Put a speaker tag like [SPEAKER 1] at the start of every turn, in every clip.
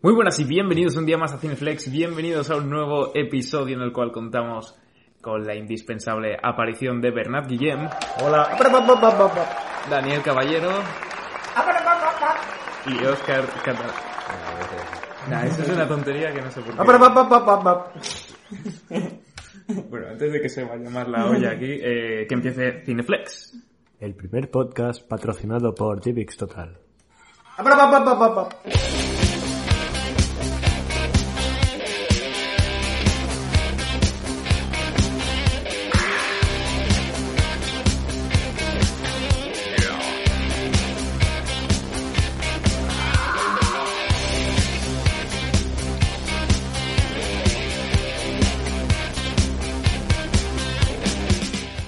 [SPEAKER 1] Muy buenas y bienvenidos un día más a Cineflex, bienvenidos a un nuevo episodio en el cual contamos con la indispensable aparición de Bernat Guillem,
[SPEAKER 2] Hola.
[SPEAKER 1] Daniel Caballero y Oscar Catalán. Nah, Ah, eso Ah, es una tontería que no sé por qué. Bueno, antes de que se vaya más la olla aquí, eh, que empiece Cineflex.
[SPEAKER 2] El primer podcast patrocinado por Divix Total.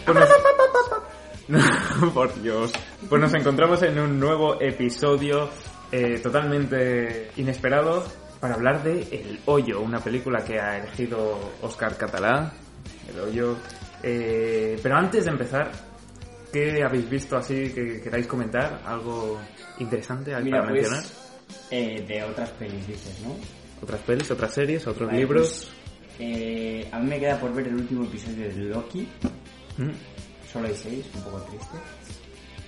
[SPEAKER 1] Pues nos- Por Dios. Pues nos encontramos en un nuevo episodio eh, totalmente inesperado para hablar de El Hoyo, una película que ha elegido Oscar Catalá. El Hoyo. Eh, pero antes de empezar, ¿qué habéis visto así que queráis comentar? ¿Algo interesante hay
[SPEAKER 3] Mira,
[SPEAKER 1] para
[SPEAKER 3] pues,
[SPEAKER 1] mencionar?
[SPEAKER 3] eh, de otras pelis, dices, ¿no?
[SPEAKER 1] ¿Otras pelis, otras series, otros
[SPEAKER 3] Vale,
[SPEAKER 1] libros?
[SPEAKER 3] Eh, a mí me queda por ver el último episodio de Loki,
[SPEAKER 1] Mm.
[SPEAKER 3] solo hay seis, un poco triste.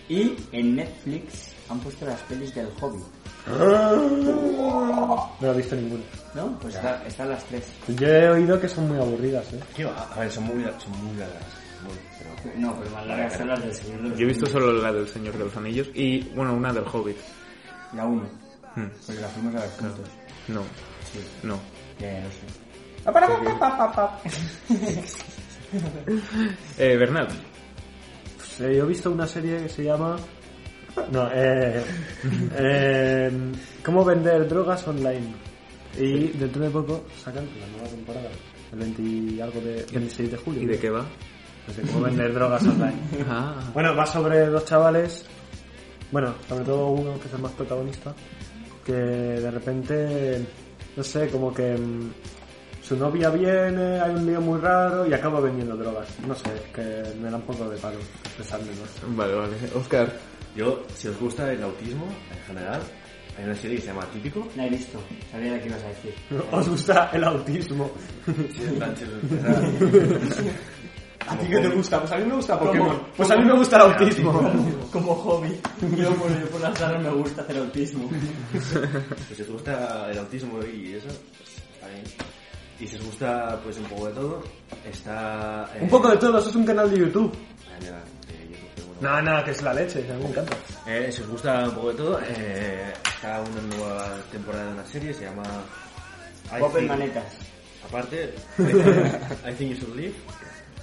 [SPEAKER 3] Y en Netflix han puesto las pelis del Hobbit,
[SPEAKER 2] No he visto ninguna.
[SPEAKER 3] ¿no? Pues está- están las tres.
[SPEAKER 2] Yo he oído que son muy aburridas, ¿eh?
[SPEAKER 4] Tío, a, a ver, son muy, son muy largas. muy- pero-
[SPEAKER 3] No, pero más largas son las del Señor de los
[SPEAKER 1] Yo he visto
[SPEAKER 3] Anillos.
[SPEAKER 1] solo la del Señor de los Anillos y, bueno, una del Hobbit.
[SPEAKER 3] La uno,
[SPEAKER 1] Mm.
[SPEAKER 3] porque la fuimos a ver juntos.
[SPEAKER 1] No,
[SPEAKER 3] Sí,
[SPEAKER 1] no.
[SPEAKER 3] ya, ya lo sé.
[SPEAKER 1] Eh, Bernat,
[SPEAKER 2] Pues, eh, yo he visto una serie que se llama... No, eh, eh, ¿Cómo vender drogas online? Y dentro de poco sacan la nueva temporada. El 20 y algo de... 26 de julio.
[SPEAKER 1] ¿y de qué va?
[SPEAKER 2] No sé, cómo vender drogas online.
[SPEAKER 1] Ah,
[SPEAKER 2] Bueno, va sobre dos chavales, bueno, sobre todo uno que es el más protagonista, que de repente, no sé, como que mm, su novia viene, hay un lío muy raro y acaba vendiendo drogas. No sé, que me da un poco de palo expresarme, ¿no?
[SPEAKER 1] vale, vale. Oscar,
[SPEAKER 4] Yo, si os gusta el autismo en general, hay una serie que se llama Típico.
[SPEAKER 3] La he visto, sabía que ibas a decir.
[SPEAKER 2] ¿Os gusta el autismo?
[SPEAKER 4] ¿A
[SPEAKER 2] ti qué te gusta? Pues a mí me gusta
[SPEAKER 3] Pokémon.
[SPEAKER 2] Pues a mí me gusta el autismo.
[SPEAKER 3] Como hobby, yo por, yo por las tardes me gusta hacer autismo.
[SPEAKER 4] Pues si os gusta el autismo y eso, pues está bien. Y si os gusta pues un poco de todo, está... eh,
[SPEAKER 2] Un poco de todo, eso es un canal de YouTube.
[SPEAKER 4] Ah, ya, eh, yo creo que bueno.
[SPEAKER 2] Nada, nada, que es la leche, a mí me encanta.
[SPEAKER 4] Eh, si os gusta un poco de todo, eh, está una nueva temporada de una serie, se llama... I
[SPEAKER 3] Open
[SPEAKER 4] Think-
[SPEAKER 3] manetas.
[SPEAKER 4] Aparte, I Think You Should Leave,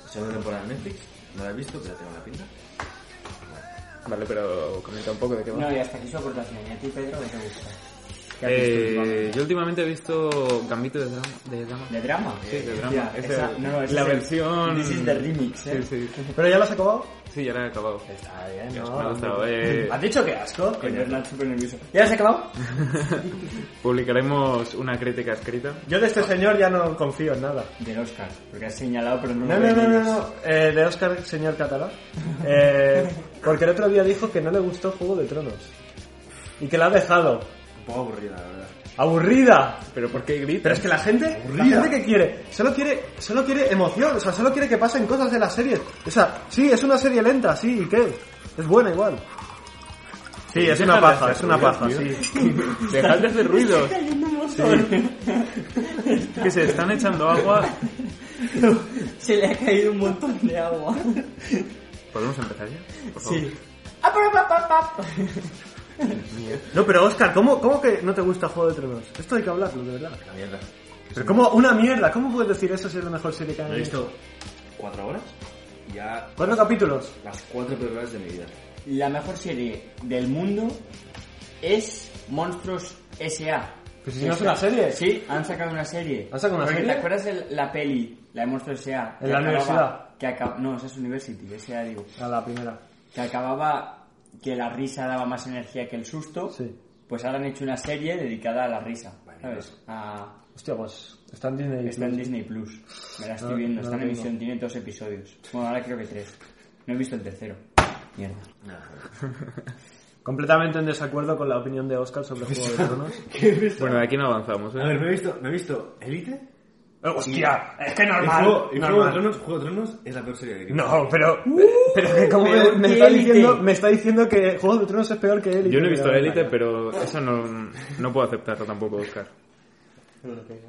[SPEAKER 4] segunda temporada en Netflix, no la he visto, pero tengo la pinta.
[SPEAKER 1] vale, pero comenta un poco de qué va. Eh,
[SPEAKER 3] No, y hasta aquí su aportación. ¿Y a ti, Pedro, qué te gusta? ¿Qué has visto
[SPEAKER 1] Eh,
[SPEAKER 3] últimamente?
[SPEAKER 1] yo últimamente he visto Gambito de Dama. De dama.
[SPEAKER 3] ¿De drama?
[SPEAKER 1] Sí, de
[SPEAKER 3] Eh,
[SPEAKER 1] drama.
[SPEAKER 3] ya,
[SPEAKER 1] Es
[SPEAKER 3] esa-
[SPEAKER 1] el-
[SPEAKER 3] no, ese
[SPEAKER 1] la
[SPEAKER 3] es el-
[SPEAKER 1] versión-
[SPEAKER 3] This is the remix,
[SPEAKER 1] Sí,
[SPEAKER 3] ¿eh?
[SPEAKER 1] sí,
[SPEAKER 2] ¿Pero ya lo has acabado?
[SPEAKER 1] sí, ya la he acabado.
[SPEAKER 3] Está bien,
[SPEAKER 1] Me
[SPEAKER 3] ¿no?
[SPEAKER 1] ha gustado. Eh,
[SPEAKER 2] ¿Has dicho que asco?
[SPEAKER 3] Con
[SPEAKER 2] coño?
[SPEAKER 3] Bernat súper nervioso. ¿Ya has acabado?
[SPEAKER 1] publicaremos una crítica escrita.
[SPEAKER 2] Yo de este señor ya no confío en nada.
[SPEAKER 3] Del Oscar, porque has señalado, pero no
[SPEAKER 2] No,
[SPEAKER 3] lo
[SPEAKER 2] no, no, no,
[SPEAKER 3] veías.
[SPEAKER 2] no. Eh, de Oscar, señor catalán. Eh, porque el otro día dijo que no le gustó Juego de Tronos. Y que la ha dejado.
[SPEAKER 4] Un poco aburrida, la verdad.
[SPEAKER 2] ¡Aburrida!
[SPEAKER 1] Pero ¿por qué
[SPEAKER 2] Pero
[SPEAKER 1] gritas?
[SPEAKER 2] es que la gente, la gente que quiere, solo quiere, solo quiere emoción, o sea, solo quiere que pasen cosas de las series. O sea, sí, es una serie lenta, sí, ¿y qué? Es buena igual. Sí, es una
[SPEAKER 1] Déjala
[SPEAKER 2] paja,
[SPEAKER 1] hacer
[SPEAKER 2] es una
[SPEAKER 1] ruido,
[SPEAKER 2] paja,
[SPEAKER 1] tío.
[SPEAKER 2] sí.
[SPEAKER 1] Dejad de hacer ruidos. Que se están echando agua.
[SPEAKER 3] Se le ha caído un montón de agua.
[SPEAKER 1] ¿Podemos empezar ya? Por favor.
[SPEAKER 3] Sí. Ah, pa, pa, pa, pa.
[SPEAKER 2] No, pero Oscar, ¿cómo, ¿cómo que no te gusta Juego de Tronos? Esto hay que hablarlo, de verdad.
[SPEAKER 4] La mierda.
[SPEAKER 2] Pero como una mierda, ¿cómo puedes decir eso si es la mejor serie que han
[SPEAKER 4] Me he visto cuatro horas, ya
[SPEAKER 2] Cuatro capítulos.
[SPEAKER 4] las cuatro primeras de mi vida.
[SPEAKER 3] La mejor serie del mundo es Monstruos S.A.
[SPEAKER 2] Pero Pues si no es una serie.
[SPEAKER 3] Sí, han sacado una serie.
[SPEAKER 2] ¿Han sacado una
[SPEAKER 3] Porque,
[SPEAKER 2] serie?
[SPEAKER 3] ¿Te acuerdas de la peli, la de Monstruos S.A.?
[SPEAKER 2] ¿En
[SPEAKER 3] que
[SPEAKER 2] la
[SPEAKER 3] acababa-
[SPEAKER 2] universidad?
[SPEAKER 3] Que acab- No, esa es University, S.A. digo.
[SPEAKER 2] A la primera.
[SPEAKER 3] Que acababa que la risa daba más energía que el susto.
[SPEAKER 2] Sí.
[SPEAKER 3] Pues ahora han hecho una serie dedicada a la risa,
[SPEAKER 4] Vale,
[SPEAKER 3] ¿sabes? A...
[SPEAKER 2] Hostia, pues está en Disney.
[SPEAKER 3] Está en
[SPEAKER 2] Plus.
[SPEAKER 3] Disney Plus. Me la estoy
[SPEAKER 2] No,
[SPEAKER 3] viendo,
[SPEAKER 2] no
[SPEAKER 3] está en
[SPEAKER 2] lo tengo.
[SPEAKER 3] emisión, tiene dos episodios. Bueno, ahora creo que tres. No he visto el tercero. Mierda.
[SPEAKER 2] Completamente en desacuerdo con la opinión de Oscar sobre Juego de Tronos.
[SPEAKER 4] ¿Qué he visto?
[SPEAKER 1] Bueno, de aquí no avanzamos,
[SPEAKER 4] A
[SPEAKER 1] ¿eh?
[SPEAKER 4] ver, me he visto, me he visto Elite.
[SPEAKER 2] Eh, ¡Hostia! Es que
[SPEAKER 4] Y
[SPEAKER 2] normal.
[SPEAKER 4] Juego, y Juego de
[SPEAKER 2] normal.
[SPEAKER 4] Tronos, Juego de Tronos es la peor serie de Game of
[SPEAKER 2] No, pero. pero que como me,
[SPEAKER 3] pero
[SPEAKER 2] me
[SPEAKER 3] ¿qué
[SPEAKER 2] está
[SPEAKER 3] élite?
[SPEAKER 2] diciendo, me está diciendo que Juego de Tronos es peor que Elite.
[SPEAKER 1] Yo no he visto
[SPEAKER 2] Pero-
[SPEAKER 1] Élite, pero eso no, no puedo aceptarlo tampoco, Oscar.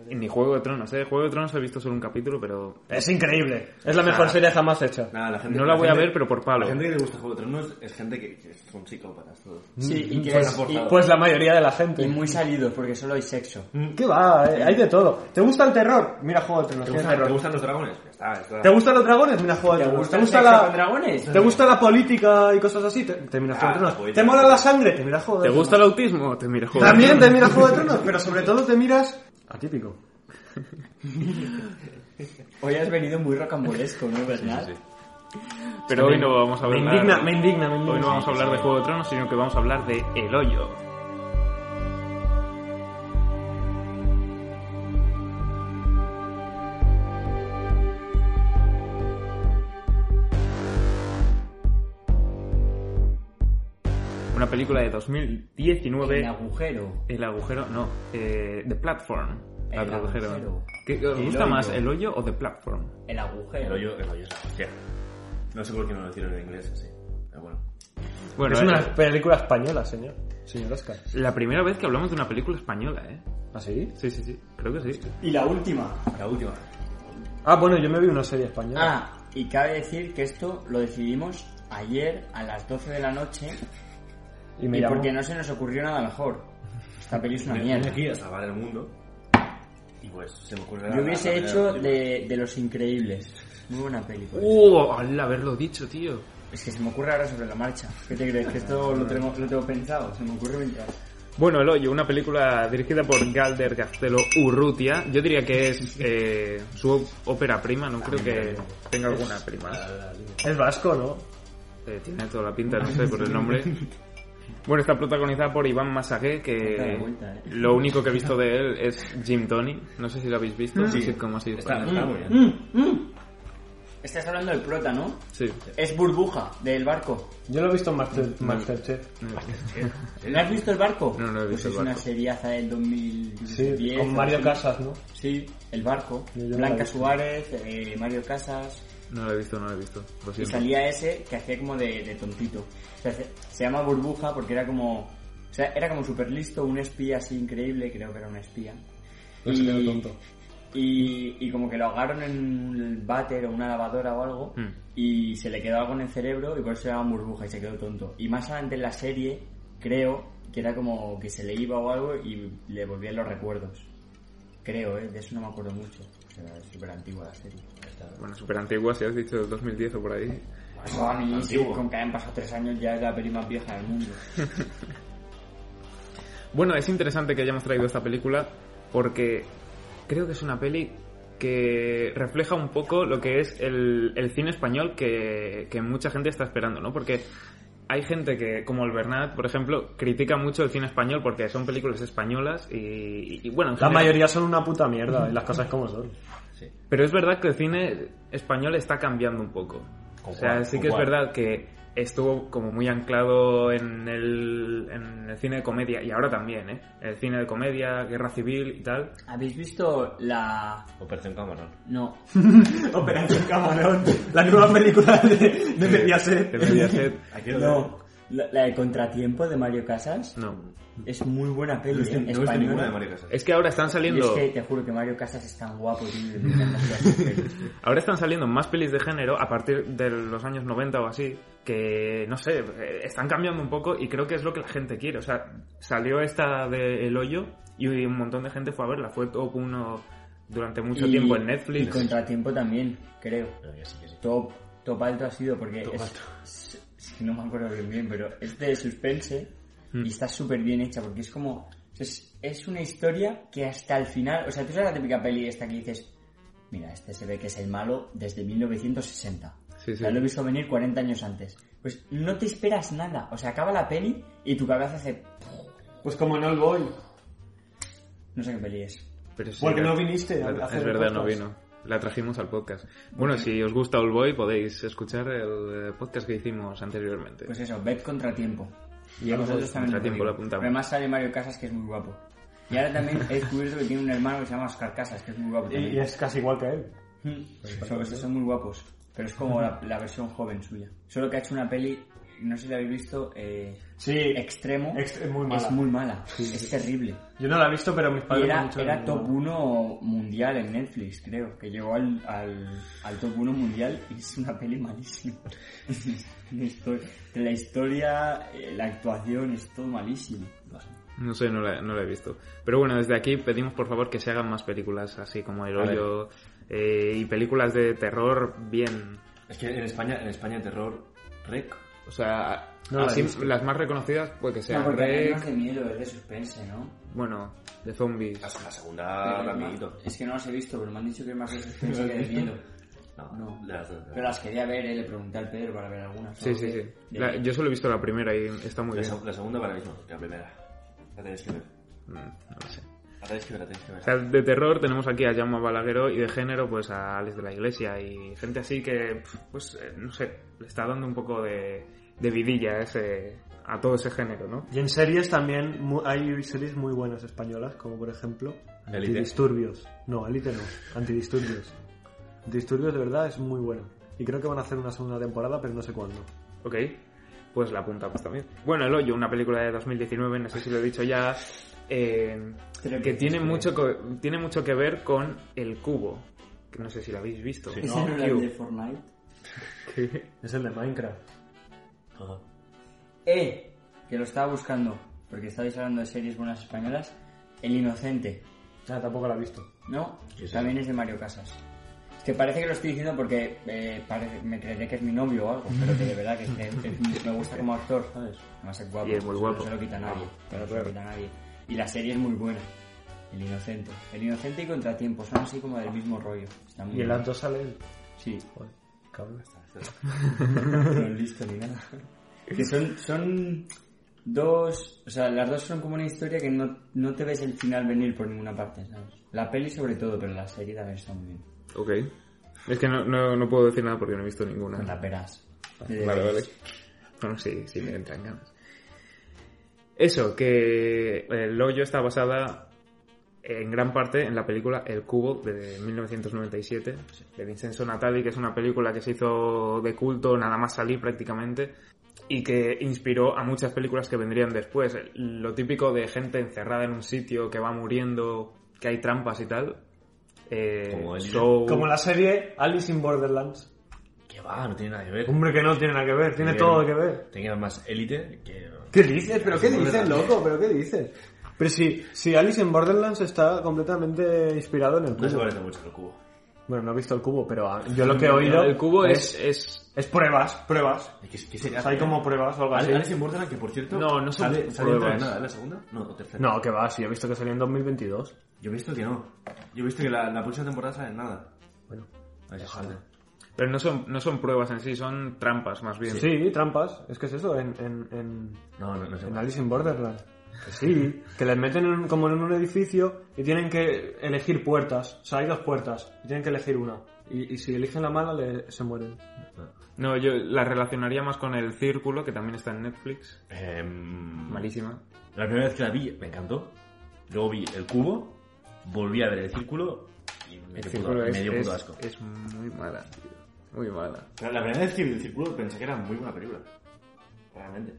[SPEAKER 1] Ni Juego de Tronos, ¿eh? Juego de Tronos he visto solo un capítulo, pero...
[SPEAKER 2] Es increíble. Es la mejor serie jamás hecha.
[SPEAKER 4] Thrones. Nada, la gente,
[SPEAKER 1] No la voy a
[SPEAKER 4] gente-
[SPEAKER 1] ver, pero por palo.
[SPEAKER 4] La gente que le gusta Juego de Tronos es gente que, que son psicópatas todos.
[SPEAKER 3] Sí, y que
[SPEAKER 4] Pues
[SPEAKER 3] es-
[SPEAKER 4] aportado.
[SPEAKER 2] Pues la mayoría de la
[SPEAKER 3] y, y
[SPEAKER 2] gente.
[SPEAKER 3] muy salidos porque solo hay sexo.
[SPEAKER 2] ¿Qué va? eh, Hay de todo. ¿Te gusta el terror? Mira Juego de Tronos.
[SPEAKER 4] ¿Te,
[SPEAKER 2] tiene
[SPEAKER 4] gustan- te
[SPEAKER 2] terror.
[SPEAKER 4] gustan los dragones? Ya está, ya está.
[SPEAKER 2] ¿Te gustan los dragones? Mira Juego de
[SPEAKER 3] ¿Te
[SPEAKER 2] Tronos.
[SPEAKER 3] gusta
[SPEAKER 2] ¿Te
[SPEAKER 3] el
[SPEAKER 2] gusta
[SPEAKER 3] sexo con
[SPEAKER 2] la...
[SPEAKER 3] dragones?
[SPEAKER 2] ¿Te gusta la política y cosas así? Te, te miras Juego
[SPEAKER 4] Ah,
[SPEAKER 2] de Tronos.
[SPEAKER 4] pues
[SPEAKER 2] ¿Te
[SPEAKER 4] ya.
[SPEAKER 2] mola la sangre? Te miras Juego
[SPEAKER 1] ¿Te
[SPEAKER 2] de Tronos.
[SPEAKER 1] gusta el autismo? Te mira Juego de
[SPEAKER 2] También
[SPEAKER 1] Tronos.
[SPEAKER 2] te miras Juego de Tronos, pero sobre todo te miras... Atípico.
[SPEAKER 3] Hoy has venido muy rocambolesco, ¿no, Bernat?
[SPEAKER 1] Pero hoy no vamos a
[SPEAKER 2] Me
[SPEAKER 1] hablar...
[SPEAKER 2] indigna, me indigna, me indigna.
[SPEAKER 1] Hoy no vamos a hablar de Juego de Tronos, sino que vamos a hablar de El Hoyo. Una película de 2019.
[SPEAKER 3] El agujero.
[SPEAKER 1] El agujero, no. eh, the Platform.
[SPEAKER 3] El
[SPEAKER 1] Ah,
[SPEAKER 3] agujero.
[SPEAKER 1] ¿Qué- ¿Os
[SPEAKER 3] El
[SPEAKER 1] gusta más
[SPEAKER 3] hoyo.
[SPEAKER 1] el hoyo o The Platform?
[SPEAKER 3] El agujero.
[SPEAKER 4] El hoyo, el hoyo es la hostia. No sé por qué no lo hicieron en inglés así. Pero bueno.
[SPEAKER 1] Bueno,
[SPEAKER 2] Es
[SPEAKER 1] eh,
[SPEAKER 2] una película española, señor. Señor Oscar.
[SPEAKER 1] la primera vez que hablamos de una película española, ¿eh?
[SPEAKER 2] ¿Ah, sí?
[SPEAKER 1] Sí, sí, sí. Creo que sí.
[SPEAKER 3] Y la última.
[SPEAKER 4] La última.
[SPEAKER 2] Ah, bueno, yo me vi una serie española.
[SPEAKER 3] Ah, y cabe decir que esto lo decidimos ayer a las 12 de la noche
[SPEAKER 2] y me
[SPEAKER 3] y
[SPEAKER 2] llamó.
[SPEAKER 3] porque no se nos ocurrió nada mejor. Esta peli es una
[SPEAKER 4] Vine-
[SPEAKER 3] mierda.
[SPEAKER 4] vine aquí a salvar el mundo. Y pues se me ocurre... la-
[SPEAKER 3] Yo hubiese
[SPEAKER 4] la- la-
[SPEAKER 3] hecho
[SPEAKER 4] la-
[SPEAKER 3] de, de Los Increíbles. Muy buena película.
[SPEAKER 1] ¡Uh! Al haberlo dicho, tío.
[SPEAKER 3] Es que se me ocurre ahora sobre la marcha. ¿Qué te crees? ¿Que esto lo tengo, lo tengo pensado? Se me ocurre mientras...
[SPEAKER 1] Bueno, El Hoyo, una película dirigida por Galder Castelo Urrutia. Yo diría que es eh, su ópera prima, no creo que tenga alguna prima.
[SPEAKER 2] Es vasco, ¿no?
[SPEAKER 1] Eh, tiene toda la pinta, no sé, por el nombre. Bueno, está protagonizada por Iván Masagué,
[SPEAKER 3] Vuelta de
[SPEAKER 1] que
[SPEAKER 3] vuelta, eh.
[SPEAKER 1] lo único que he visto de él es Jim Tony. No sé si lo habéis visto,
[SPEAKER 4] Sí.
[SPEAKER 1] sí, como así.
[SPEAKER 4] Está,
[SPEAKER 1] español.
[SPEAKER 4] está muy bien.
[SPEAKER 3] Mm, mm. Estás hablando del prota, ¿no?
[SPEAKER 1] Sí.
[SPEAKER 3] Es burbuja del barco.
[SPEAKER 2] Yo lo he visto en Master- Masterchef.
[SPEAKER 3] ¿No has visto el barco?
[SPEAKER 1] No, no he
[SPEAKER 3] Pues
[SPEAKER 1] visto El
[SPEAKER 3] es
[SPEAKER 1] Barco.
[SPEAKER 3] una seriaza del 2010.
[SPEAKER 2] Sí, con
[SPEAKER 3] algo
[SPEAKER 2] Mario
[SPEAKER 3] así.
[SPEAKER 2] Casas, ¿no?
[SPEAKER 3] Sí, el barco.
[SPEAKER 2] Yo ya la
[SPEAKER 3] Blanca
[SPEAKER 2] vi.
[SPEAKER 3] Suárez, eh, Mario Casas.
[SPEAKER 1] No lo he visto, no lo he visto. Lo
[SPEAKER 3] Y
[SPEAKER 1] siento.
[SPEAKER 3] salía ese que hacía como de, de tontito. O sea, se, se llama burbuja porque era como. O sea, era como súper listo, un espía así increíble, creo que era un espía.
[SPEAKER 2] No se quedó tonto.
[SPEAKER 3] Y, y como que lo ahogaron en un váter o una lavadora o algo
[SPEAKER 1] Mm.
[SPEAKER 3] y se le quedó algo en el cerebro y por eso se llama burbuja y se quedó tonto. Y más adelante en la serie, creo que era como que se le iba o algo y le volvían los recuerdos. Creo, ¿eh? de eso no me acuerdo mucho. O sea, es súper antigua la serie.
[SPEAKER 1] Bueno, súper antigua, si has dicho 2010 o por ahí.
[SPEAKER 3] Eso a mí, sí,
[SPEAKER 4] Antiguo.
[SPEAKER 3] con que hayan pasado tres años ya es la peli más vieja del mundo.
[SPEAKER 1] Bueno, es interesante que hayamos traído esta película porque creo que es una peli que refleja un poco lo que es el, el cine español que, que mucha gente está esperando, ¿no? Porque hay gente que, como el Bernat, por ejemplo, critica mucho el cine español porque son películas españolas y, y- y, bueno, en
[SPEAKER 2] La
[SPEAKER 1] general-
[SPEAKER 2] mayoría son una puta mierda, y las cosas como son.
[SPEAKER 1] Pero es verdad que el cine español está cambiando un poco. O
[SPEAKER 4] ¿Con
[SPEAKER 1] sea,
[SPEAKER 4] cuál?
[SPEAKER 1] sí
[SPEAKER 4] ¿Con
[SPEAKER 1] que es
[SPEAKER 4] cuál?
[SPEAKER 1] verdad que estuvo como muy anclado en el, en el cine de comedia, y ahora también, ¿eh? El cine de comedia, guerra civil y tal.
[SPEAKER 3] ¿Habéis visto la...
[SPEAKER 4] Operación Camarón.
[SPEAKER 3] No.
[SPEAKER 2] Operación Camarón, la nueva película de, de
[SPEAKER 1] De
[SPEAKER 2] Mediaset.
[SPEAKER 1] Mediaset.
[SPEAKER 4] Aquí
[SPEAKER 3] No. La, la de Contratiempo de Mario Casas.
[SPEAKER 1] No.
[SPEAKER 3] Es muy buena
[SPEAKER 4] No
[SPEAKER 3] peli,
[SPEAKER 4] he visto-
[SPEAKER 3] ¿eh?
[SPEAKER 4] no he visto
[SPEAKER 3] española.
[SPEAKER 4] ninguna de Mario Casas.
[SPEAKER 1] Es que ahora están
[SPEAKER 3] Y
[SPEAKER 1] saliendo...
[SPEAKER 3] es que te juro que Mario Casas es tan guapo, tío. me encanta esa peli.
[SPEAKER 1] Ahora están saliendo más pelis de género a partir de los años 90 o así, que no sé, eh, están cambiando un poco y creo que es lo que la gente quiere. O sea, salió esta de El Hoyo y un montón de gente fue a verla. Fue top uno durante mucho
[SPEAKER 3] Y-
[SPEAKER 1] tiempo en
[SPEAKER 3] Y
[SPEAKER 1] Netflix.
[SPEAKER 3] Contratiempo también, creo.
[SPEAKER 4] Pero que Ah, sí, que sí.
[SPEAKER 3] Top, top alto ha sido porque
[SPEAKER 4] Top
[SPEAKER 3] es-
[SPEAKER 4] alto.
[SPEAKER 3] es-
[SPEAKER 1] Hmm.
[SPEAKER 3] es que no me acuerdo bien bien, pero es de suspense y está súper bien hecha porque es como es, es una historia que hasta el final, o sea, tú sabes la típica peli esta que dices, mira, este se ve que es el malo desde 1960.
[SPEAKER 1] Sí, sí.
[SPEAKER 3] Ya lo he visto venir 40 años antes. Pues no te esperas nada, o sea, acaba la peli y tu cabeza hace,
[SPEAKER 2] Pues como no el voy.
[SPEAKER 3] no sé qué peli es.
[SPEAKER 1] Pero sí,
[SPEAKER 2] Porque
[SPEAKER 1] la-
[SPEAKER 2] no viniste. a- a
[SPEAKER 1] la-
[SPEAKER 2] hacer
[SPEAKER 1] Es
[SPEAKER 2] el
[SPEAKER 1] verdad, no
[SPEAKER 2] podcast.
[SPEAKER 1] vino. La trajimos al podcast. Bueno, si os gusta Oldboy podéis escuchar el eh, podcast que hicimos anteriormente.
[SPEAKER 3] Pues eso, Bet Contratiempo. Y a
[SPEAKER 1] Vamos,
[SPEAKER 3] vosotros también. os
[SPEAKER 1] Este. Ah, Contratiempo,
[SPEAKER 3] digo.
[SPEAKER 1] lo apuntamos.
[SPEAKER 3] Además sale Mario Casas, que es muy guapo. Y ahora también he descubierto que tiene un hermano que se llama Oscar Casas, que es muy guapo
[SPEAKER 2] Y,
[SPEAKER 3] también.
[SPEAKER 2] y es Pues casi igual que él.
[SPEAKER 3] Mm. Son, son muy guapos. Pero es como la, la versión joven suya. Solo que ha hecho una peli, no sé si la habéis visto, eh,
[SPEAKER 2] Sí.
[SPEAKER 3] Extremo.
[SPEAKER 2] Ex- muy mala.
[SPEAKER 3] Es muy mala. Es terrible.
[SPEAKER 2] Yo no la he visto, pero mis
[SPEAKER 3] Y
[SPEAKER 2] padres me han
[SPEAKER 3] era,
[SPEAKER 2] dicho que
[SPEAKER 3] era
[SPEAKER 2] no.
[SPEAKER 3] top 1 mundial en Netflix, creo. Que llegó al, al, al top 1 mundial y es una peli malísima. La histo- la historia, eh, la actuación, es todo malísimo.
[SPEAKER 1] No sé, no la, no la he visto. Pero bueno, desde aquí pedimos por favor que se hagan más películas así como El
[SPEAKER 4] A ver.
[SPEAKER 1] Hoyo eh, y películas de terror bien.
[SPEAKER 4] Es que en España, en España terror, rec.
[SPEAKER 1] O sea,
[SPEAKER 2] No la
[SPEAKER 1] así
[SPEAKER 2] he visto.
[SPEAKER 1] las más reconocidas puede que
[SPEAKER 3] No,
[SPEAKER 1] sean
[SPEAKER 3] porque hay
[SPEAKER 1] Rec,
[SPEAKER 2] eh,
[SPEAKER 3] más de miedo, es de suspense, ¿no?
[SPEAKER 1] bueno, de zombies.
[SPEAKER 2] Ah,
[SPEAKER 4] La, la
[SPEAKER 1] Ah,
[SPEAKER 4] segunda,
[SPEAKER 3] Pero
[SPEAKER 4] rapidito.
[SPEAKER 3] Es que no las he visto, pero me han dicho que es más de suspense que de miedo.
[SPEAKER 4] No,
[SPEAKER 3] No.
[SPEAKER 4] las-
[SPEAKER 3] Pero las quería ver, eh, le pregunté al Pedro para ver algunas.
[SPEAKER 1] Sí,
[SPEAKER 3] ¿no?
[SPEAKER 1] sí, sí.
[SPEAKER 3] De-
[SPEAKER 1] La- yo solo he visto la primera y está muy
[SPEAKER 2] Pues
[SPEAKER 4] la,
[SPEAKER 1] bien.
[SPEAKER 4] se- la segunda para mismo, la primera. La tenéis que ver.
[SPEAKER 1] Mm, no lo sé.
[SPEAKER 4] La tenéis que ver, la tenéis que
[SPEAKER 1] O
[SPEAKER 4] ver.
[SPEAKER 1] sea, de terror tenemos aquí a Jaume Balagueró y de género pues a Alex de la Iglesia y gente así que, pf, pues, eh, no sé, le está dando un poco de, de vidilla a, ese, a todo ese género, ¿no?
[SPEAKER 2] Y en series también mu- hay series muy buenas españolas, como por ejemplo
[SPEAKER 4] Élite.
[SPEAKER 2] Antidisturbios. No, Elite no, Antidisturbios. Antidisturbios de verdad es muy bueno. Y creo que van a hacer una segunda temporada, pero no sé cuándo.
[SPEAKER 1] Ok, pues la apuntamos también. Bueno, El Hoyo, una película de 2019, no sé si lo he dicho ya, eh,
[SPEAKER 3] Tres
[SPEAKER 1] que
[SPEAKER 3] veces,
[SPEAKER 1] tiene
[SPEAKER 3] creo.
[SPEAKER 1] mucho, co- tiene mucho que ver con El Cubo, que no sé si lo habéis visto.
[SPEAKER 4] Sí.
[SPEAKER 3] ¿Ese
[SPEAKER 4] No,
[SPEAKER 3] no era
[SPEAKER 1] tío.
[SPEAKER 3] el de Fortnite?
[SPEAKER 1] Que-
[SPEAKER 2] Es el de Minecraft.
[SPEAKER 4] Ajá.
[SPEAKER 3] Eh, que lo estaba buscando, porque estabais hablando de series buenas españolas. El Inocente,
[SPEAKER 2] Ah, tampoco la he visto.
[SPEAKER 3] ¿no?
[SPEAKER 4] Sí, sí.
[SPEAKER 3] También es de Mario Casas. Es que parece que lo estoy diciendo porque eh, pare- me creeré que es mi novio o algo, pero que de verdad que, es que es- me gusta como actor, ¿sabes? Además es guapo,
[SPEAKER 1] Y es muy guapo.
[SPEAKER 3] no se lo quita nadie,
[SPEAKER 1] Claro,
[SPEAKER 3] no se lo
[SPEAKER 1] claro.
[SPEAKER 3] quita nadie. Y la serie es muy buena. El Inocente. El Inocente y Contratiempo son así como del mismo rollo. Está muy
[SPEAKER 2] Y el
[SPEAKER 3] bien.
[SPEAKER 2] alto sale él.
[SPEAKER 3] Sí,
[SPEAKER 2] Joder, cabrón.
[SPEAKER 3] no es listo ni nada. Que son, son dos. O sea, las dos son como una historia que no, no te ves el final venir por ninguna parte, ¿sabes? La peli sobre todo, pero la serie también está muy bien.
[SPEAKER 1] Ok, es que no, no, no puedo decir nada porque no he visto ninguna.
[SPEAKER 3] Con la peras. Eh,
[SPEAKER 1] Vale, vale. Bueno, Eh, sí, sí me entran ganas. Eso, que eh, el hoyo está basada en gran parte en la película El Cubo de 1997 de Vincenzo Natali, que es una película que se hizo de culto nada más salir prácticamente y que inspiró a muchas películas que vendrían después. Lo típico de gente encerrada en un sitio que va muriendo, que hay trampas y tal. Eh,
[SPEAKER 4] Como el-
[SPEAKER 1] Saw-
[SPEAKER 2] Como la serie Alice in Borderlands.
[SPEAKER 4] Que va, no tiene nada que ver.
[SPEAKER 2] Hombre, que no tiene nada que ver, tiene
[SPEAKER 4] Bien.
[SPEAKER 2] todo que ver.
[SPEAKER 4] Tenía más élite que.
[SPEAKER 2] ¿Qué dices? ¿Pero qué
[SPEAKER 4] Alice in
[SPEAKER 2] dices,
[SPEAKER 4] Borderlands.
[SPEAKER 2] loco? ¿Pero qué dices? Pero si, si Alice en Borderlands está completamente inspirado en el
[SPEAKER 4] No se
[SPEAKER 2] cubo.
[SPEAKER 4] parece mucho al cubo.
[SPEAKER 2] Bueno, no he visto el cubo, pero ah, yo lo que he oído...
[SPEAKER 1] El Cubo es- es
[SPEAKER 2] Es pruebas, pruebas.
[SPEAKER 4] ¿Qué, qué sería?
[SPEAKER 2] O sea, hay como pruebas o algo
[SPEAKER 1] Ah,
[SPEAKER 2] así.
[SPEAKER 4] Ale- Alice in Borderland, que por cierto.
[SPEAKER 1] No, no son
[SPEAKER 4] sale, sale
[SPEAKER 1] pruebas.
[SPEAKER 4] entrenada, ¿eh? ¿La segunda? No, o tercera.
[SPEAKER 2] No, que va, sí, he visto que salió en 2022.
[SPEAKER 4] Yo he visto que no. Yo he visto que la, la próxima temporada sale en nada.
[SPEAKER 2] Bueno.
[SPEAKER 4] A ver si sale.
[SPEAKER 1] Pero no son, no son pruebas en sí, son trampas más bien.
[SPEAKER 2] Sí, trampas. Es que es eso, en, en, en,
[SPEAKER 4] No, no, no sé.
[SPEAKER 2] en Alice in Borderland. Que sí, que les meten en un- como en un edificio y tienen que elegir puertas. O sea, hay dos puertas y tienen que elegir una. Y, y si eligen la mala, le- se mueren.
[SPEAKER 1] No, yo la relacionaría más con El Círculo, que también está en Netflix.
[SPEAKER 4] Em,
[SPEAKER 1] Malísima.
[SPEAKER 4] La primera vez que la vi me encantó. Luego vi el cubo, volví a ver el círculo y me dio puto, me dio puto asco.
[SPEAKER 1] es muy mala, tío. Muy mala.
[SPEAKER 4] La, la primera vez que vi el círculo pensé que era muy buena película. Realmente.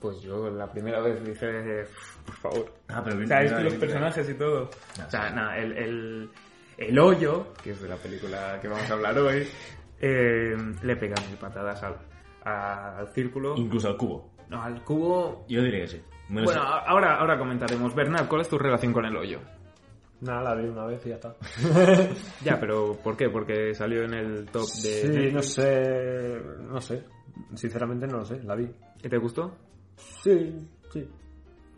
[SPEAKER 1] Pues yo la primera vez dije, "Uf, por favor.
[SPEAKER 4] Ah, pero vi
[SPEAKER 1] O sea, es
[SPEAKER 4] vi-
[SPEAKER 1] que los
[SPEAKER 4] vi-
[SPEAKER 1] personajes y todo.
[SPEAKER 4] Ah.
[SPEAKER 1] O sea, nada, el, el, el hoyo, que es de la película que vamos a hablar hoy, eh, le pegan mil patadas al, a- al círculo.
[SPEAKER 4] Incluso al cubo.
[SPEAKER 1] No, al cubo.
[SPEAKER 4] Yo diría que sí. Me lo
[SPEAKER 1] Bueno,
[SPEAKER 4] sé.
[SPEAKER 1] a- ahora, ahora comentaremos. Bernard, ¿cuál es tu relación con el hoyo?
[SPEAKER 2] Nada, la vi una vez y ya está.
[SPEAKER 1] Ya, pero ¿por qué? Porque salió en el top de...
[SPEAKER 2] Sí, no sé. No sé. Sinceramente no lo sé, la vi.
[SPEAKER 1] ¿Y te gustó?
[SPEAKER 2] Sí, sí.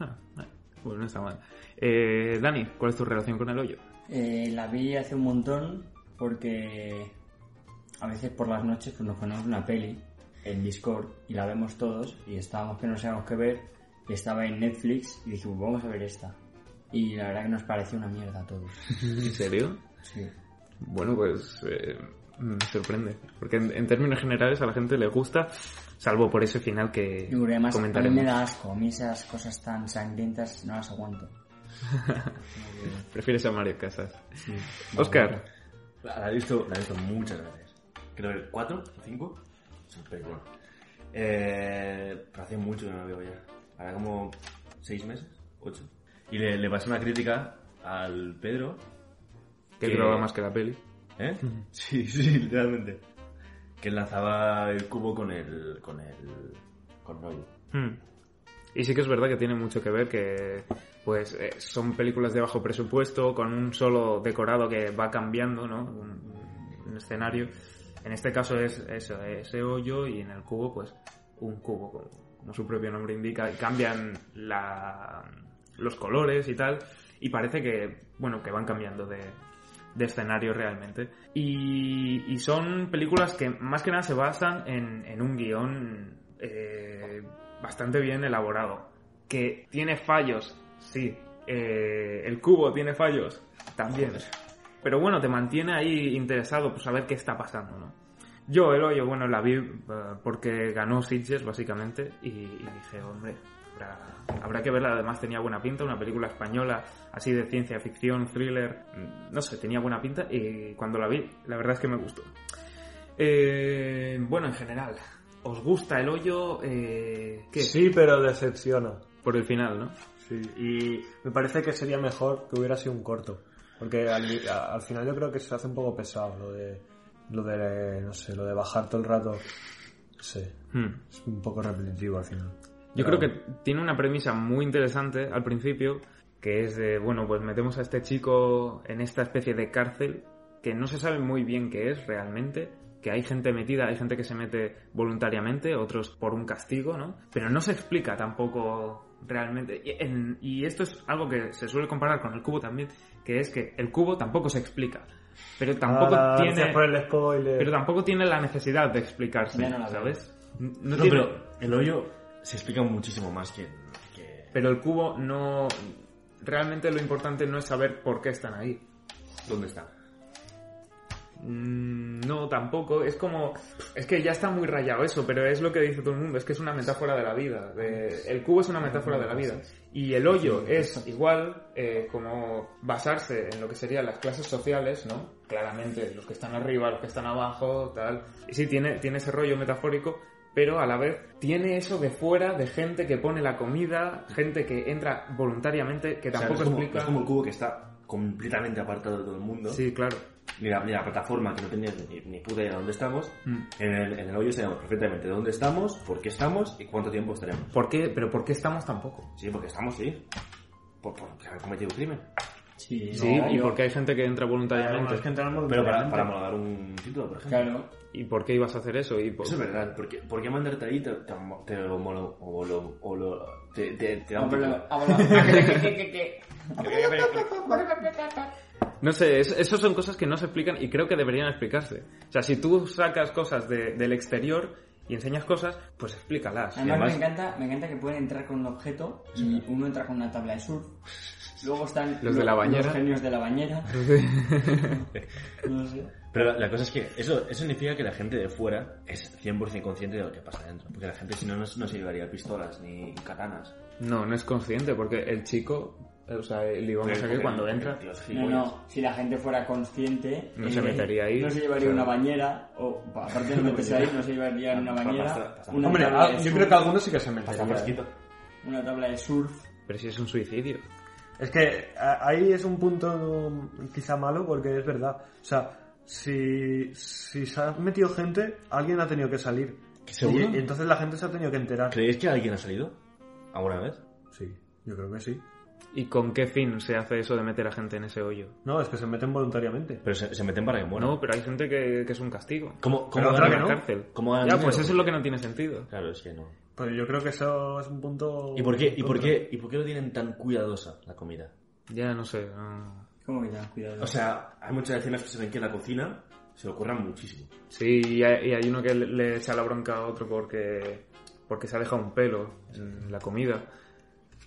[SPEAKER 1] Ah, ah, pues no está mal. Eh, Dani, ¿cuál es tu relación con el hoyo?
[SPEAKER 3] Eh, la vi hace un montón porque a veces por las noches pues, nos ponemos una peli en Discord y la vemos todos y estábamos que no sabíamos qué ver y estaba en Netflix y dije, "Pues vamos a ver esta. Y la verdad que nos pareció una mierda a todos.
[SPEAKER 1] ¿En serio?
[SPEAKER 3] Sí.
[SPEAKER 1] Bueno, pues eh, me sorprende. Porque en, en términos generales a la gente le gusta, salvo por ese final que
[SPEAKER 3] Y bueno, además a mí
[SPEAKER 1] comentaremos.
[SPEAKER 3] me da asco, a mí esas cosas tan sangrientas no las aguanto.
[SPEAKER 1] Prefieres a Mario Casas.
[SPEAKER 3] Sí.
[SPEAKER 1] Oscar,
[SPEAKER 4] La, la he visto, la he visto muchas veces. Creo que cuatro o cinco. Es un película. Eh, pero hace mucho que no la veo ya. Hará como seis meses, ocho. Y le, le pasé una crítica al Pedro.
[SPEAKER 1] que
[SPEAKER 4] que-
[SPEAKER 1] droga más que la peli.
[SPEAKER 4] ¿Eh? Sí, sí, literalmente. Que lanzaba el cubo con el. con el. con el hoyo.
[SPEAKER 1] Hmm. Y sí que es verdad que tiene mucho que ver que pues eh, son películas de bajo presupuesto, con un solo decorado que va cambiando, ¿no? Un, un escenario. En este caso es eso, ese hoyo y en el cubo, pues, un cubo, como, como su propio nombre indica, y cambian la, los colores y tal. Y parece que, bueno, que van cambiando de, de escenario realmente. Y, y son películas que más que nada se basan en, en un guión eh, bastante bien elaborado. Que tiene fallos, sí. Eh, el cubo tiene fallos, también. Pero bueno, te mantiene ahí interesado, pues a ver qué está pasando, ¿no? Yo, el hoyo, bueno, la vi eh, porque ganó Sitges, básicamente, y, y dije, hombre, habrá, habrá que verla. Además, tenía buena pinta, una película española, así de ciencia ficción, thriller, mm, no sé, tenía buena pinta, y cuando la vi, la verdad es que me gustó. Eh, bueno, en general, ¿os gusta el hoyo? Eh, ¿Qué?
[SPEAKER 2] Sí, pero decepciona.
[SPEAKER 1] Por el final, ¿no?
[SPEAKER 2] Sí, y me parece que sería mejor que hubiera sido un corto. Porque al, a- al final yo creo que se hace un poco pesado lo de, lo de, no sé, lo de bajar todo el rato. No sé,
[SPEAKER 1] Hmm.
[SPEAKER 2] es un poco repetitivo al final.
[SPEAKER 1] Yo
[SPEAKER 2] Pero-
[SPEAKER 1] creo que tiene una premisa muy interesante al principio, que es de, bueno, pues metemos a este chico en esta especie de cárcel que no se sabe muy bien qué es realmente, que hay gente metida, hay gente que se mete voluntariamente, otros por un castigo, ¿no? Pero no se explica tampoco realmente. Y, en- y esto es algo que se suele comparar con el cubo también, que es que el cubo tampoco se explica, pero tampoco
[SPEAKER 2] Ah, gracias
[SPEAKER 1] tiene...
[SPEAKER 2] por el spoiler.
[SPEAKER 1] Pero tampoco tiene la necesidad de explicarse,
[SPEAKER 3] Ya no la veo.
[SPEAKER 1] ¿sabes?
[SPEAKER 4] No,
[SPEAKER 1] tiene-
[SPEAKER 4] pero el hoyo se explica muchísimo más que. que-
[SPEAKER 1] Pero el cubo no. Realmente lo importante no es saber por qué están ahí.
[SPEAKER 4] ¿Dónde está?
[SPEAKER 1] Mm, No, tampoco. Es como. Es que ya está muy rayado eso, pero es lo que dice todo el mundo. Es que es una metáfora de la vida. de- El cubo es una metáfora de la vida. Y el hoyo es igual eh, como basarse en lo que serían las clases sociales, ¿no? Claramente, los que están arriba, los que están abajo, tal. Y sí, tiene, tiene ese rollo metafórico, pero a la vez tiene eso de fuera de gente que pone la comida, gente que entra voluntariamente, que
[SPEAKER 4] O sea,
[SPEAKER 1] tampoco
[SPEAKER 4] es como,
[SPEAKER 1] explica.
[SPEAKER 4] es como el cubo que está completamente apartado de todo el mundo.
[SPEAKER 1] Sí, claro.
[SPEAKER 4] Ni la, ni la plataforma que no tenía ni, ni puta idea de dónde estamos.
[SPEAKER 1] Mm.
[SPEAKER 4] En el, en el hoyo sabemos perfectamente dónde estamos, por qué estamos y cuánto tiempo estaremos.
[SPEAKER 1] ¿Por qué? Pero ¿por qué estamos tampoco?
[SPEAKER 4] Sí, porque estamos, sí. Por, por haber cometido un crimen.
[SPEAKER 3] Sí,
[SPEAKER 1] Sí,
[SPEAKER 3] no,
[SPEAKER 1] y
[SPEAKER 3] yo-
[SPEAKER 1] porque hay gente que entra
[SPEAKER 2] Además,
[SPEAKER 1] voluntariamente.
[SPEAKER 2] es que entramos
[SPEAKER 4] Pero para,
[SPEAKER 2] realmente-
[SPEAKER 4] para homologar un título, por ejemplo.
[SPEAKER 3] Claro,
[SPEAKER 1] ¿Y por qué ibas a hacer eso? Y por-
[SPEAKER 4] Eso es verdad. ¿Por qué, por qué mandarte ahí te, te, homo- te homolo- homolo- holo- te, te, te da un
[SPEAKER 3] Habla-
[SPEAKER 4] título?
[SPEAKER 3] habla- que- que- que- que-
[SPEAKER 1] No sé, es- eso son cosas que no se explican y creo que deberían explicarse. O sea, si tú sacas cosas de- del exterior y enseñas cosas, pues explícalas.
[SPEAKER 3] Además,
[SPEAKER 4] además-
[SPEAKER 3] me, encanta, me encanta que pueden entrar con un objeto y uno entra con una tabla de surf. Luego están
[SPEAKER 1] Los de la bañera.
[SPEAKER 3] los genios de la bañera. no sé.
[SPEAKER 4] Pero la, la cosa es que eso, eso significa que la gente de fuera es 100% consciente de lo que pasa dentro. Porque la gente si no, no, se- no se llevaría pistolas ni katanas.
[SPEAKER 1] No, no es consciente porque el chico, eh, o sea, el Iván
[SPEAKER 4] Pero-
[SPEAKER 1] que
[SPEAKER 4] porque-
[SPEAKER 1] cuando
[SPEAKER 4] porque
[SPEAKER 1] entra...
[SPEAKER 4] el tío es
[SPEAKER 3] No,
[SPEAKER 4] gilipollas.
[SPEAKER 3] no, si la gente fuera consciente... eh,
[SPEAKER 1] No se metería ahí.
[SPEAKER 3] No se llevaría una bañera, o aparte de meterse ahí, no se llevaría
[SPEAKER 1] Ah,
[SPEAKER 3] una
[SPEAKER 4] Para- para
[SPEAKER 3] bañera,
[SPEAKER 4] estar- para estar-
[SPEAKER 3] una,
[SPEAKER 2] Hombre,
[SPEAKER 3] tabla
[SPEAKER 2] ah,
[SPEAKER 3] de
[SPEAKER 2] yo
[SPEAKER 3] surf,
[SPEAKER 2] creo que algunos sí que se
[SPEAKER 4] Para estar
[SPEAKER 2] meterían.
[SPEAKER 4] fresquito.
[SPEAKER 3] una tabla de surf.
[SPEAKER 1] Pero si es un suicidio.
[SPEAKER 2] Es que a- ahí es un punto mm, quizá malo porque es verdad. O sea, si, si se ha metido gente, alguien ha tenido que salir.
[SPEAKER 4] ¿Seguro?
[SPEAKER 2] Y, y entonces la gente se ha tenido que enterar.
[SPEAKER 4] ¿Creéis que alguien ha salido? ¿Alguna vez?
[SPEAKER 2] Sí, yo creo que sí.
[SPEAKER 1] ¿Y con qué fin se hace eso de meter a gente en ese hoyo?
[SPEAKER 2] No, es que se meten voluntariamente.
[SPEAKER 4] Pero se, se meten para que mueran.
[SPEAKER 1] No, pero hay gente que, que es un castigo.
[SPEAKER 4] ¿Cómo,
[SPEAKER 1] Pero
[SPEAKER 4] cómo
[SPEAKER 1] otra
[SPEAKER 4] ganan
[SPEAKER 1] que
[SPEAKER 4] la
[SPEAKER 1] no.
[SPEAKER 4] cárcel? ¿Cómo ganan
[SPEAKER 1] Ya,
[SPEAKER 4] dinero?
[SPEAKER 1] pues eso es lo que no tiene sentido.
[SPEAKER 4] Claro, es que no.
[SPEAKER 2] Pero yo creo Pues que eso es un punto...
[SPEAKER 4] ¿Y por qué, y por
[SPEAKER 2] contra.
[SPEAKER 4] qué, y por qué lo tienen tan cuidadosa la comida?
[SPEAKER 1] Ya no sé. no.
[SPEAKER 3] ¿Cómo que ya? Cuidado.
[SPEAKER 4] O sea, hay muchas escenas que se ven que en la cocina se ocurran muchísimo.
[SPEAKER 1] Sí, y hay, y hay uno que le, le echa la bronca a otro porque, porque se ha dejado un pelo en la comida.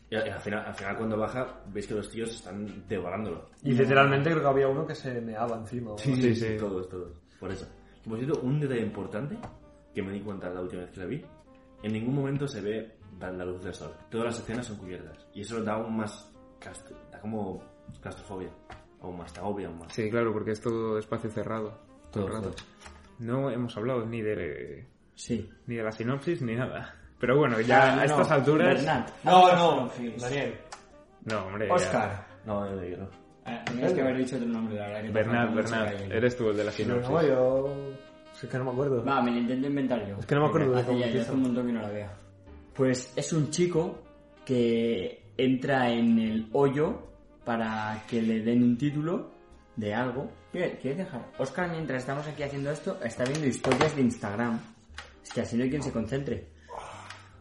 [SPEAKER 4] Y al y al final, al final cuando baja, veis que los tíos están devorándolo.
[SPEAKER 2] Y literalmente creo que había uno que se meaba encima. o algo así.
[SPEAKER 1] sí, sí.
[SPEAKER 4] Todos, todos. Por eso. Y, Por cierto, un detalle importante que me di cuenta la última vez que la vi, en ningún momento se ve la, la luz del sol. Todas las escenas son cubiertas. Y eso da aún más... cast- da como claustrofobia. Aún más, da obvio aún más.
[SPEAKER 1] Sí, claro, porque es todo espacio cerrado. Todo el
[SPEAKER 4] Todo
[SPEAKER 1] rato.
[SPEAKER 4] cerrado.
[SPEAKER 1] No hemos hablado ni de,
[SPEAKER 3] sí.
[SPEAKER 1] ni de la sinopsis ni nada. Pero bueno, ya
[SPEAKER 3] Ah,
[SPEAKER 1] a
[SPEAKER 3] no,
[SPEAKER 1] estas alturas...
[SPEAKER 3] Bernat.
[SPEAKER 5] No, no,
[SPEAKER 3] Sí.
[SPEAKER 5] Daniel.
[SPEAKER 1] No, hombre. ya.
[SPEAKER 5] Oscar.
[SPEAKER 4] No, no, no, no.
[SPEAKER 3] Ah, Tenías que haber dicho tu nombre, la verdad. Que te
[SPEAKER 1] Eh, Bernat,
[SPEAKER 3] falta mucho
[SPEAKER 1] Bernat,
[SPEAKER 3] ahí.
[SPEAKER 1] eres tú el de la
[SPEAKER 2] Pero
[SPEAKER 1] sinopsis.
[SPEAKER 2] no, yo... Es que no me acuerdo.
[SPEAKER 3] Va, me lo intento inventar yo.
[SPEAKER 2] Es que no me acuerdo de
[SPEAKER 3] Hace
[SPEAKER 2] cómo
[SPEAKER 3] ya, ya hace
[SPEAKER 2] empieza.
[SPEAKER 3] un montón que no la veo. Pues es un chico que entra en el hoyo para que le den un título de algo. Mira, ¿quieres dejar? Oscar, mientras estamos aquí haciendo esto, está viendo historias de Instagram. Es que así no hay quien se concentre.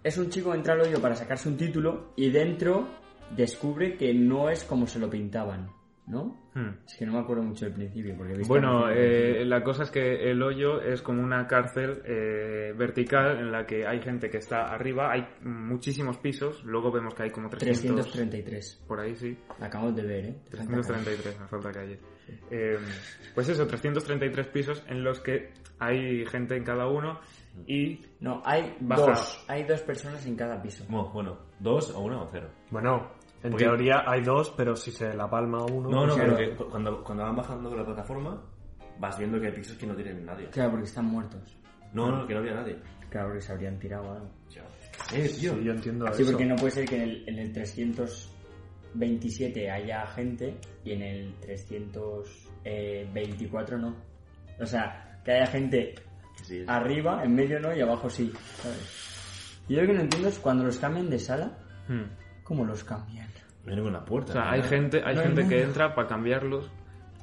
[SPEAKER 3] Es un chico que entra al hoyo para sacarse un título y dentro descubre que no es como se lo pintaban, ¿no?
[SPEAKER 1] Hmm.
[SPEAKER 3] Es que no me acuerdo mucho del principio. porque he visto
[SPEAKER 1] Bueno,
[SPEAKER 3] mucho el principio.
[SPEAKER 1] eh, la cosa es que el hoyo es como una cárcel eh, vertical en la que hay gente que está arriba, hay muchísimos pisos, luego vemos que hay como 300,
[SPEAKER 3] 333.
[SPEAKER 1] por ahí, sí,
[SPEAKER 3] La acabamos de ver, ¿eh?
[SPEAKER 1] 333, me falta calle. Eh, pues eso, 333 pisos en los que hay gente en cada uno y
[SPEAKER 3] No, hay
[SPEAKER 1] Baja.
[SPEAKER 3] dos. Hay dos personas en cada piso.
[SPEAKER 4] Bueno, bueno, dos o una o cero.
[SPEAKER 2] Bueno, en
[SPEAKER 4] Porque-
[SPEAKER 2] teoría hay dos, pero si se la palma uno... pues
[SPEAKER 4] No, no,
[SPEAKER 3] claro.
[SPEAKER 4] pero que Eh, cu- cuando, cuando van bajando de la plataforma, vas viendo que hay pisos que no tienen nadie.
[SPEAKER 3] Claro, porque están muertos.
[SPEAKER 4] No, no, que no había nadie.
[SPEAKER 3] Claro, porque se habrían tirado algo.
[SPEAKER 4] Eh, tío.
[SPEAKER 2] Sí, yo entiendo
[SPEAKER 3] Sí,
[SPEAKER 2] eso.
[SPEAKER 3] porque no puede ser que en el, en el 327 haya gente y en el 324 no. O sea, que haya gente
[SPEAKER 4] Que sí, es-
[SPEAKER 3] arriba, en medio no y abajo sí. ¿sabes? Y yo lo que no entiendo es cuando los cambian de sala,
[SPEAKER 1] hmm,
[SPEAKER 3] ¿cómo los cambian?
[SPEAKER 4] Viene con la puerta.
[SPEAKER 1] o sea,
[SPEAKER 4] ¿no?
[SPEAKER 1] hay gente, hay
[SPEAKER 3] No hay
[SPEAKER 1] gente que
[SPEAKER 3] nada.
[SPEAKER 1] entra para cambiarlos,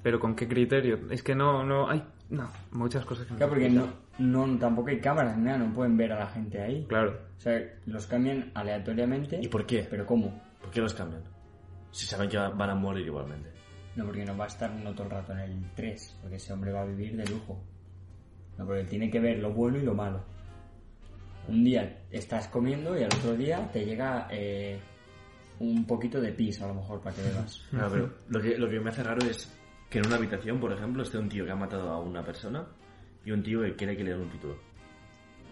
[SPEAKER 1] pero con qué criterio? Es que no, no, hay, no, muchas cosas que no.
[SPEAKER 3] Claro,
[SPEAKER 1] se
[SPEAKER 3] porque
[SPEAKER 1] entienden.
[SPEAKER 3] no, no, tampoco hay cámaras, ni nada, no pueden ver a la gente ahí.
[SPEAKER 1] Claro.
[SPEAKER 3] O sea, los cambian aleatoriamente.
[SPEAKER 4] ¿Y por qué?
[SPEAKER 3] ¿Pero cómo?
[SPEAKER 4] ¿Por qué los cambian? Si saben que van a morir igualmente.
[SPEAKER 3] No, porque no va a estar uno todo el rato en el 3, porque ese hombre va a vivir de lujo. No, porque tiene que ver lo bueno y lo malo. Un día estás comiendo y al otro día te llega eh, un poquito de pis, a lo mejor, para que bebas.
[SPEAKER 4] No, pero lo que, lo que me hace raro es que en una habitación, por ejemplo, esté un tío que ha matado a una persona y un tío que quiere que le den un título.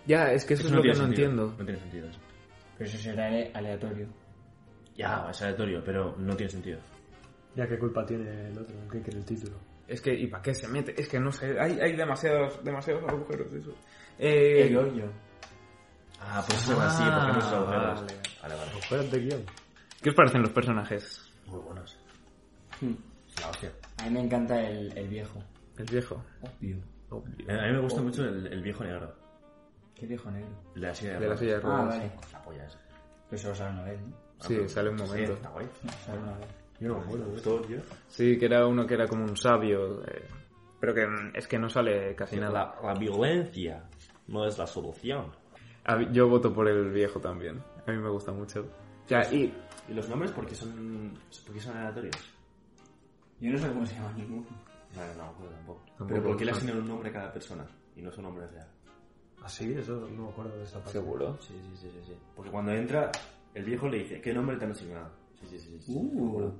[SPEAKER 1] Ya, es que eso, es lo que
[SPEAKER 4] tiene
[SPEAKER 1] no
[SPEAKER 4] sentido,
[SPEAKER 1] entiendo.
[SPEAKER 4] No tiene sentido eso.
[SPEAKER 3] Pero eso será ale- aleatorio.
[SPEAKER 4] Ya, es aleatorio, pero no tiene sentido.
[SPEAKER 2] Ya qué culpa tiene el otro, que quiere el título.
[SPEAKER 1] Es que, ¿y para qué se mete? Es que no sé, hay, hay demasiados, demasiados agujeros de eso.
[SPEAKER 3] El
[SPEAKER 1] Eh,
[SPEAKER 3] hoyo.
[SPEAKER 4] Ah, pues eso va así, porque no se agujeros.
[SPEAKER 1] vale.
[SPEAKER 4] Vale, vale.
[SPEAKER 2] Fuera de guión.
[SPEAKER 1] ¿Qué os parecen los personajes?
[SPEAKER 4] Muy buenos.
[SPEAKER 3] Hmm.
[SPEAKER 4] La hostia.
[SPEAKER 3] A mí me encanta el, el viejo.
[SPEAKER 1] El viejo.
[SPEAKER 3] Obvio.
[SPEAKER 4] Eh, A mí me
[SPEAKER 1] Oh.
[SPEAKER 4] gusta mucho el, el viejo negro.
[SPEAKER 3] Qué viejo negro.
[SPEAKER 4] El de la silla de,
[SPEAKER 1] De la
[SPEAKER 4] ruedas.
[SPEAKER 1] silla de
[SPEAKER 3] Ah,
[SPEAKER 1] ruedas.
[SPEAKER 3] vale. Pues
[SPEAKER 4] La polla esa. Ah,
[SPEAKER 3] Pero solo sale una vez, ¿no?
[SPEAKER 1] Sí,
[SPEAKER 4] pero-
[SPEAKER 1] sale un
[SPEAKER 4] sí,
[SPEAKER 1] momento.
[SPEAKER 4] está guay.
[SPEAKER 3] Sale una vez.
[SPEAKER 4] Yo no me acuerdo de todo, tío.
[SPEAKER 1] Sí, que era uno que era como un sabio. eh, pero que mm, es que no sale casi nada.
[SPEAKER 4] La, la violencia no es la solución.
[SPEAKER 1] A mí- Yo voto por el viejo también. A mí me gusta mucho. O sea, y
[SPEAKER 4] ¿Y los nombres por qué son, por qué son aleatorios?
[SPEAKER 3] Yo no sé cómo se llama ninguno.
[SPEAKER 4] No, no, no, me acuerdo tampoco.
[SPEAKER 1] Tampoco
[SPEAKER 4] Pero ¿por qué le
[SPEAKER 1] lo sé.
[SPEAKER 4] asignan un nombre a cada persona y no su nombre real?
[SPEAKER 2] ¿Ah, sí? Eso no me acuerdo de esa parte.
[SPEAKER 1] seguro.
[SPEAKER 4] Sí, sí, sí, sí, sí. Porque cuando entra, el viejo le dice, ¿qué nombre te han asignado? Sí, sí, sí. sí, sí.
[SPEAKER 3] Uh.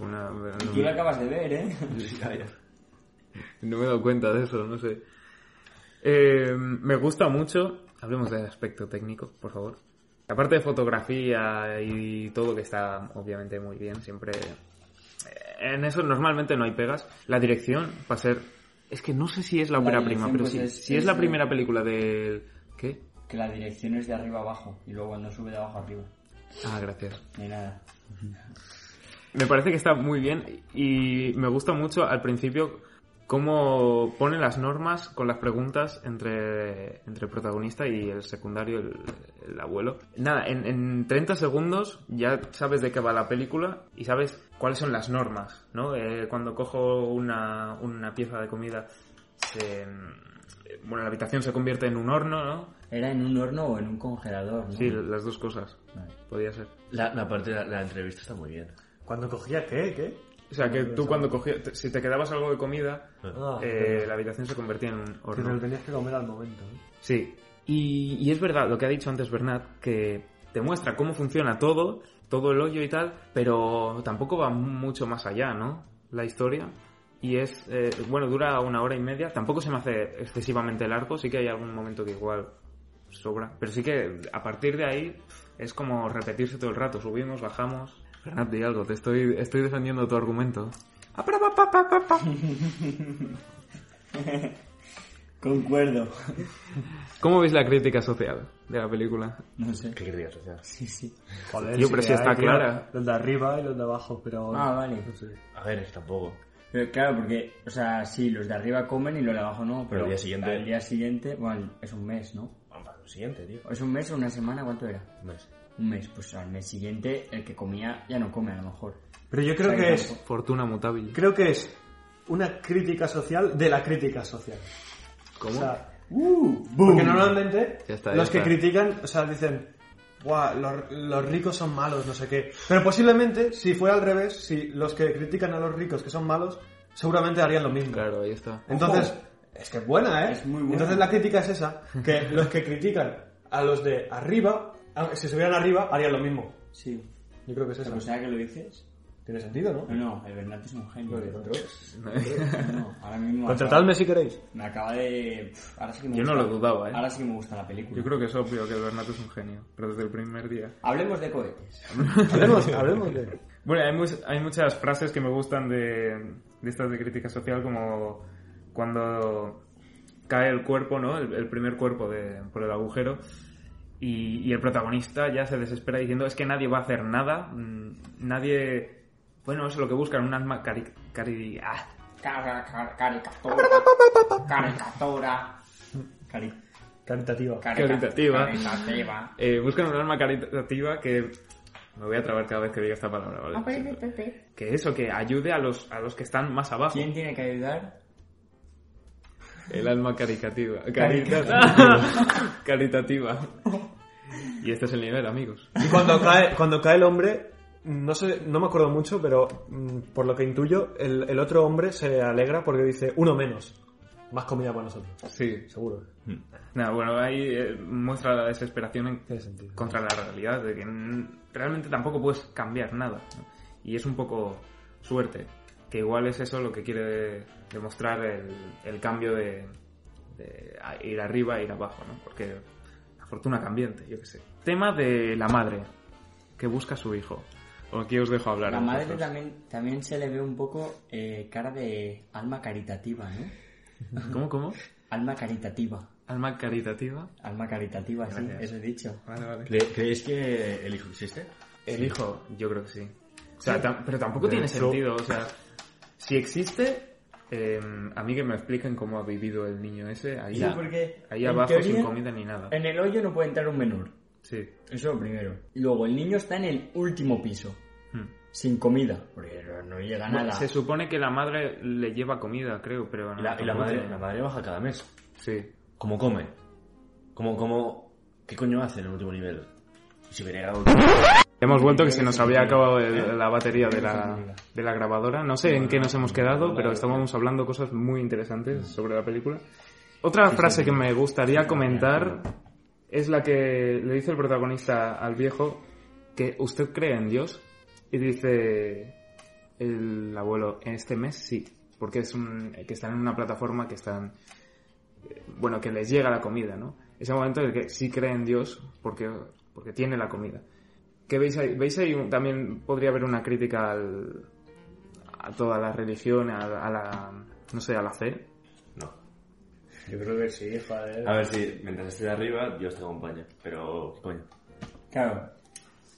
[SPEAKER 1] Una-
[SPEAKER 3] Y tú lo acabas de ver, ¿eh?
[SPEAKER 4] Sí, calla.
[SPEAKER 1] No me he dado cuenta de eso, no sé. Eh, me gusta mucho. Hablemos del aspecto técnico, por favor. Aparte de fotografía y todo que está obviamente muy bien, siempre. eh, En eso normalmente no hay pegas. La dirección, para ser. Es que no sé si es la
[SPEAKER 3] La
[SPEAKER 1] ópera prima,
[SPEAKER 3] dirección,
[SPEAKER 1] pero
[SPEAKER 3] pues,
[SPEAKER 1] si,
[SPEAKER 3] es-
[SPEAKER 1] si es
[SPEAKER 3] es
[SPEAKER 1] la
[SPEAKER 3] de-
[SPEAKER 1] primera película del. ¿Qué?
[SPEAKER 3] Que la dirección es de arriba abajo y luego cuando sube de abajo arriba.
[SPEAKER 1] Ah, gracias.
[SPEAKER 3] Ni nada.
[SPEAKER 1] Me parece que está muy bien y me gusta mucho al principio cómo pone las normas con las preguntas entre, entre el protagonista y el secundario, el, el abuelo. Nada, en, en 30 segundos ya sabes de qué va la película y sabes cuáles son las normas, ¿no? Eh, cuando cojo una, una pieza de comida, se- bueno, la habitación se convierte en un horno, ¿no?
[SPEAKER 3] Era en un horno o en un congelador, ¿no?
[SPEAKER 1] Sí, las dos cosas.
[SPEAKER 3] Vale.
[SPEAKER 1] Podría ser.
[SPEAKER 4] La, la parte de la, la entrevista está muy bien.
[SPEAKER 2] ¿Cuándo cogía qué? ¿Qué?
[SPEAKER 1] O sea, que
[SPEAKER 2] No,
[SPEAKER 1] tú
[SPEAKER 2] no
[SPEAKER 1] cuando cogías, te- si te quedabas algo de comida,
[SPEAKER 2] Ah,
[SPEAKER 1] eh,
[SPEAKER 2] verdad.
[SPEAKER 1] la habitación se convertía en un
[SPEAKER 2] Que te lo
[SPEAKER 1] horno.
[SPEAKER 2] tenías que comer al momento. ¿eh?
[SPEAKER 1] Sí. Y, y es verdad lo que ha dicho antes Bernat, que te muestra cómo funciona todo, todo el hoyo y tal, pero tampoco va mucho más allá, ¿no? La historia. Y es, eh, bueno, dura una hora y media, tampoco se me hace excesivamente largo, sí que hay algún momento que igual sobra, pero sí que a partir de ahí es como repetirse todo el rato, subimos, bajamos. Bernat, di algo, te estoy, estoy defendiendo tu argumento. Ah, pa, pa, pa, pa, pa, pa.
[SPEAKER 3] Concuerdo.
[SPEAKER 1] ¿Cómo veis la crítica social de la película?
[SPEAKER 3] No sé.
[SPEAKER 4] ¿Qué crítica social?
[SPEAKER 3] Sí, sí.
[SPEAKER 2] Joder,
[SPEAKER 1] Tío, pero
[SPEAKER 2] que
[SPEAKER 1] si está
[SPEAKER 2] hay, tío,
[SPEAKER 1] clara.
[SPEAKER 2] Los de arriba y los de abajo, pero.
[SPEAKER 3] Ah, vale.
[SPEAKER 2] No sé.
[SPEAKER 4] A ver, tampoco.
[SPEAKER 3] Pero claro, porque, o sea, sí, los de arriba comen y los de abajo no.
[SPEAKER 4] Pero al día siguiente-
[SPEAKER 3] Al día siguiente, bueno, es un mes, ¿no?
[SPEAKER 4] Vamos para lo siguiente, tío.
[SPEAKER 3] ¿Es un mes o una semana? ¿Cuánto era?
[SPEAKER 4] Más.
[SPEAKER 3] Un mes. Pues al mes siguiente, el que comía ya no come, a lo mejor.
[SPEAKER 2] Pero yo creo que es.
[SPEAKER 1] Fortuna mutable.
[SPEAKER 2] Creo que es una crítica social de la crítica social. ¿Cómo? O sea,
[SPEAKER 3] ¡Uh!
[SPEAKER 2] Porque normalmente
[SPEAKER 1] Ya está, ya
[SPEAKER 2] los que
[SPEAKER 1] está.
[SPEAKER 2] critican, o sea, dicen, guau, los, los ricos son malos, no sé qué. Pero posiblemente, si fuera al revés, si los que critican a los ricos que son malos, seguramente harían lo mismo.
[SPEAKER 1] Claro, ahí está.
[SPEAKER 2] Entonces,
[SPEAKER 3] Ojo.
[SPEAKER 2] es que es buena, ¿eh?
[SPEAKER 3] Es muy buena.
[SPEAKER 2] Entonces la crítica es esa, que los que critican a los de arriba, aunque si estuvieran arriba, harían lo mismo.
[SPEAKER 3] Sí.
[SPEAKER 2] Yo creo que es eso.
[SPEAKER 3] O sea, que lo dices.
[SPEAKER 2] Tiene sentido, ¿no?
[SPEAKER 3] No, no, el Bernat es un genio.
[SPEAKER 2] Lo digo.
[SPEAKER 3] No, ahora mismo.
[SPEAKER 2] si queréis.
[SPEAKER 3] acaba- Me acaba de. Pff, Ahora sí que me
[SPEAKER 1] Yo no
[SPEAKER 3] gusta-
[SPEAKER 1] lo dudaba, ¿eh?
[SPEAKER 3] Ahora sí que me gusta la película.
[SPEAKER 1] Yo creo que es obvio que Bernat es un genio, pero desde el primer día.
[SPEAKER 3] Hablemos de cohetes.
[SPEAKER 2] Hablemos, hablemos de...
[SPEAKER 1] Bueno, hay, mu- hay muchas frases que me gustan de, de estas de crítica social, como cuando cae el cuerpo, ¿no? El, el primer cuerpo de- por el agujero. Y, y el protagonista ya se desespera diciendo, es que nadie va a hacer nada, mm, nadie... Bueno, eso es lo que buscan, un alma cari... cari- ah,
[SPEAKER 3] Cara- car- caricatura. Caricatura. Cari-
[SPEAKER 2] Caritativa.
[SPEAKER 3] carica-
[SPEAKER 1] Caritativa.
[SPEAKER 3] Caritativa.
[SPEAKER 1] eh, buscan un alma caritativa que... Me voy a trabar cada vez que diga esta palabra, ¿vale? Que eso, que ayude a los, a los que están más abajo.
[SPEAKER 3] ¿Quién tiene que ayudar?
[SPEAKER 1] El alma caricativa. Carita- Caritativa. Y este es el nivel, amigos.
[SPEAKER 2] Y cuando cae, cuando cae el hombre, no sé, no me acuerdo mucho, pero mm, por lo que intuyo, el, el otro hombre se alegra porque dice uno menos. Más comida para nosotros,
[SPEAKER 1] Sí.
[SPEAKER 2] seguro.
[SPEAKER 3] Hmm.
[SPEAKER 1] Nada, bueno, ahí eh, muestra la desesperación en-
[SPEAKER 2] Tiene sentido.
[SPEAKER 1] contra la realidad, de que mm, realmente tampoco puedes cambiar nada. ¿no? Y es un poco suerte, que igual es eso lo que quiere demostrar el, el cambio de, de a- ir arriba, ir abajo, ¿no? Porque la fortuna cambiante, yo qué sé. Tema de la madre, que busca a su hijo. O aquí os dejo hablar.
[SPEAKER 3] La
[SPEAKER 1] a
[SPEAKER 3] madre
[SPEAKER 1] vosotros.
[SPEAKER 3] también, también se le ve un poco eh, cara de alma caritativa, ¿no?
[SPEAKER 1] ¿Cómo, cómo?
[SPEAKER 3] Alma caritativa.
[SPEAKER 1] Alma caritativa.
[SPEAKER 3] Alma caritativa, sí,
[SPEAKER 1] Gracias.
[SPEAKER 3] eso he dicho.
[SPEAKER 1] Vale, vale.
[SPEAKER 4] ¿Creéis que el hijo existe?
[SPEAKER 1] El hijo, yo creo que sí. O sea, tam- pero tampoco tiene
[SPEAKER 2] hecho-
[SPEAKER 1] sentido. O sea, si existe, eh, a mí que me expliquen cómo ha vivido el niño ese ahí,
[SPEAKER 3] Sí, porque
[SPEAKER 1] ahí
[SPEAKER 3] en
[SPEAKER 1] abajo
[SPEAKER 3] teoría-
[SPEAKER 1] sin comida ni nada.
[SPEAKER 3] En el hoyo no puede entrar un menor.
[SPEAKER 1] Sí.
[SPEAKER 3] Eso lo primero. Luego, el niño está en el último piso,
[SPEAKER 1] Hmm.
[SPEAKER 3] sin comida, porque no- no llega
[SPEAKER 1] Bueno,
[SPEAKER 3] nada.
[SPEAKER 1] Se supone que la madre le lleva comida, creo, pero no.
[SPEAKER 4] Y la, y la
[SPEAKER 1] Ah, tampoco.
[SPEAKER 4] madre, la madre baja cada mes.
[SPEAKER 1] Sí.
[SPEAKER 4] ¿Cómo come? ¿Cómo, cómo... ¿Qué coño hace en el último nivel? Si venía algo...
[SPEAKER 1] Hemos vuelto que se
[SPEAKER 3] se
[SPEAKER 1] nos
[SPEAKER 3] nos
[SPEAKER 1] había acabado el-
[SPEAKER 3] ¿Eh?
[SPEAKER 1] la batería de la,
[SPEAKER 3] la-
[SPEAKER 1] de la grabadora. No sé en qué nos hemos quedado, pero estábamos hablando cosas muy interesantes sobre la película. Otra frase que me gustaría comentar es la que le dice el protagonista al viejo que usted cree en Dios y dice el abuelo este mes sí, porque es un, que están en una plataforma que están bueno, que les llega la comida, ¿no? Ese momento en el que sí cree en Dios porque, porque tiene la comida. ¿Qué veis ahí? ¿Veis ahí un- también podría haber una crítica al, a toda la religión, a, a la, no sé, a la fe?
[SPEAKER 4] No.
[SPEAKER 2] Yo creo que sí, joder.
[SPEAKER 4] A ver si mientras estés arriba, Dios te acompaña. Pero, ¿qué coño?
[SPEAKER 3] Claro,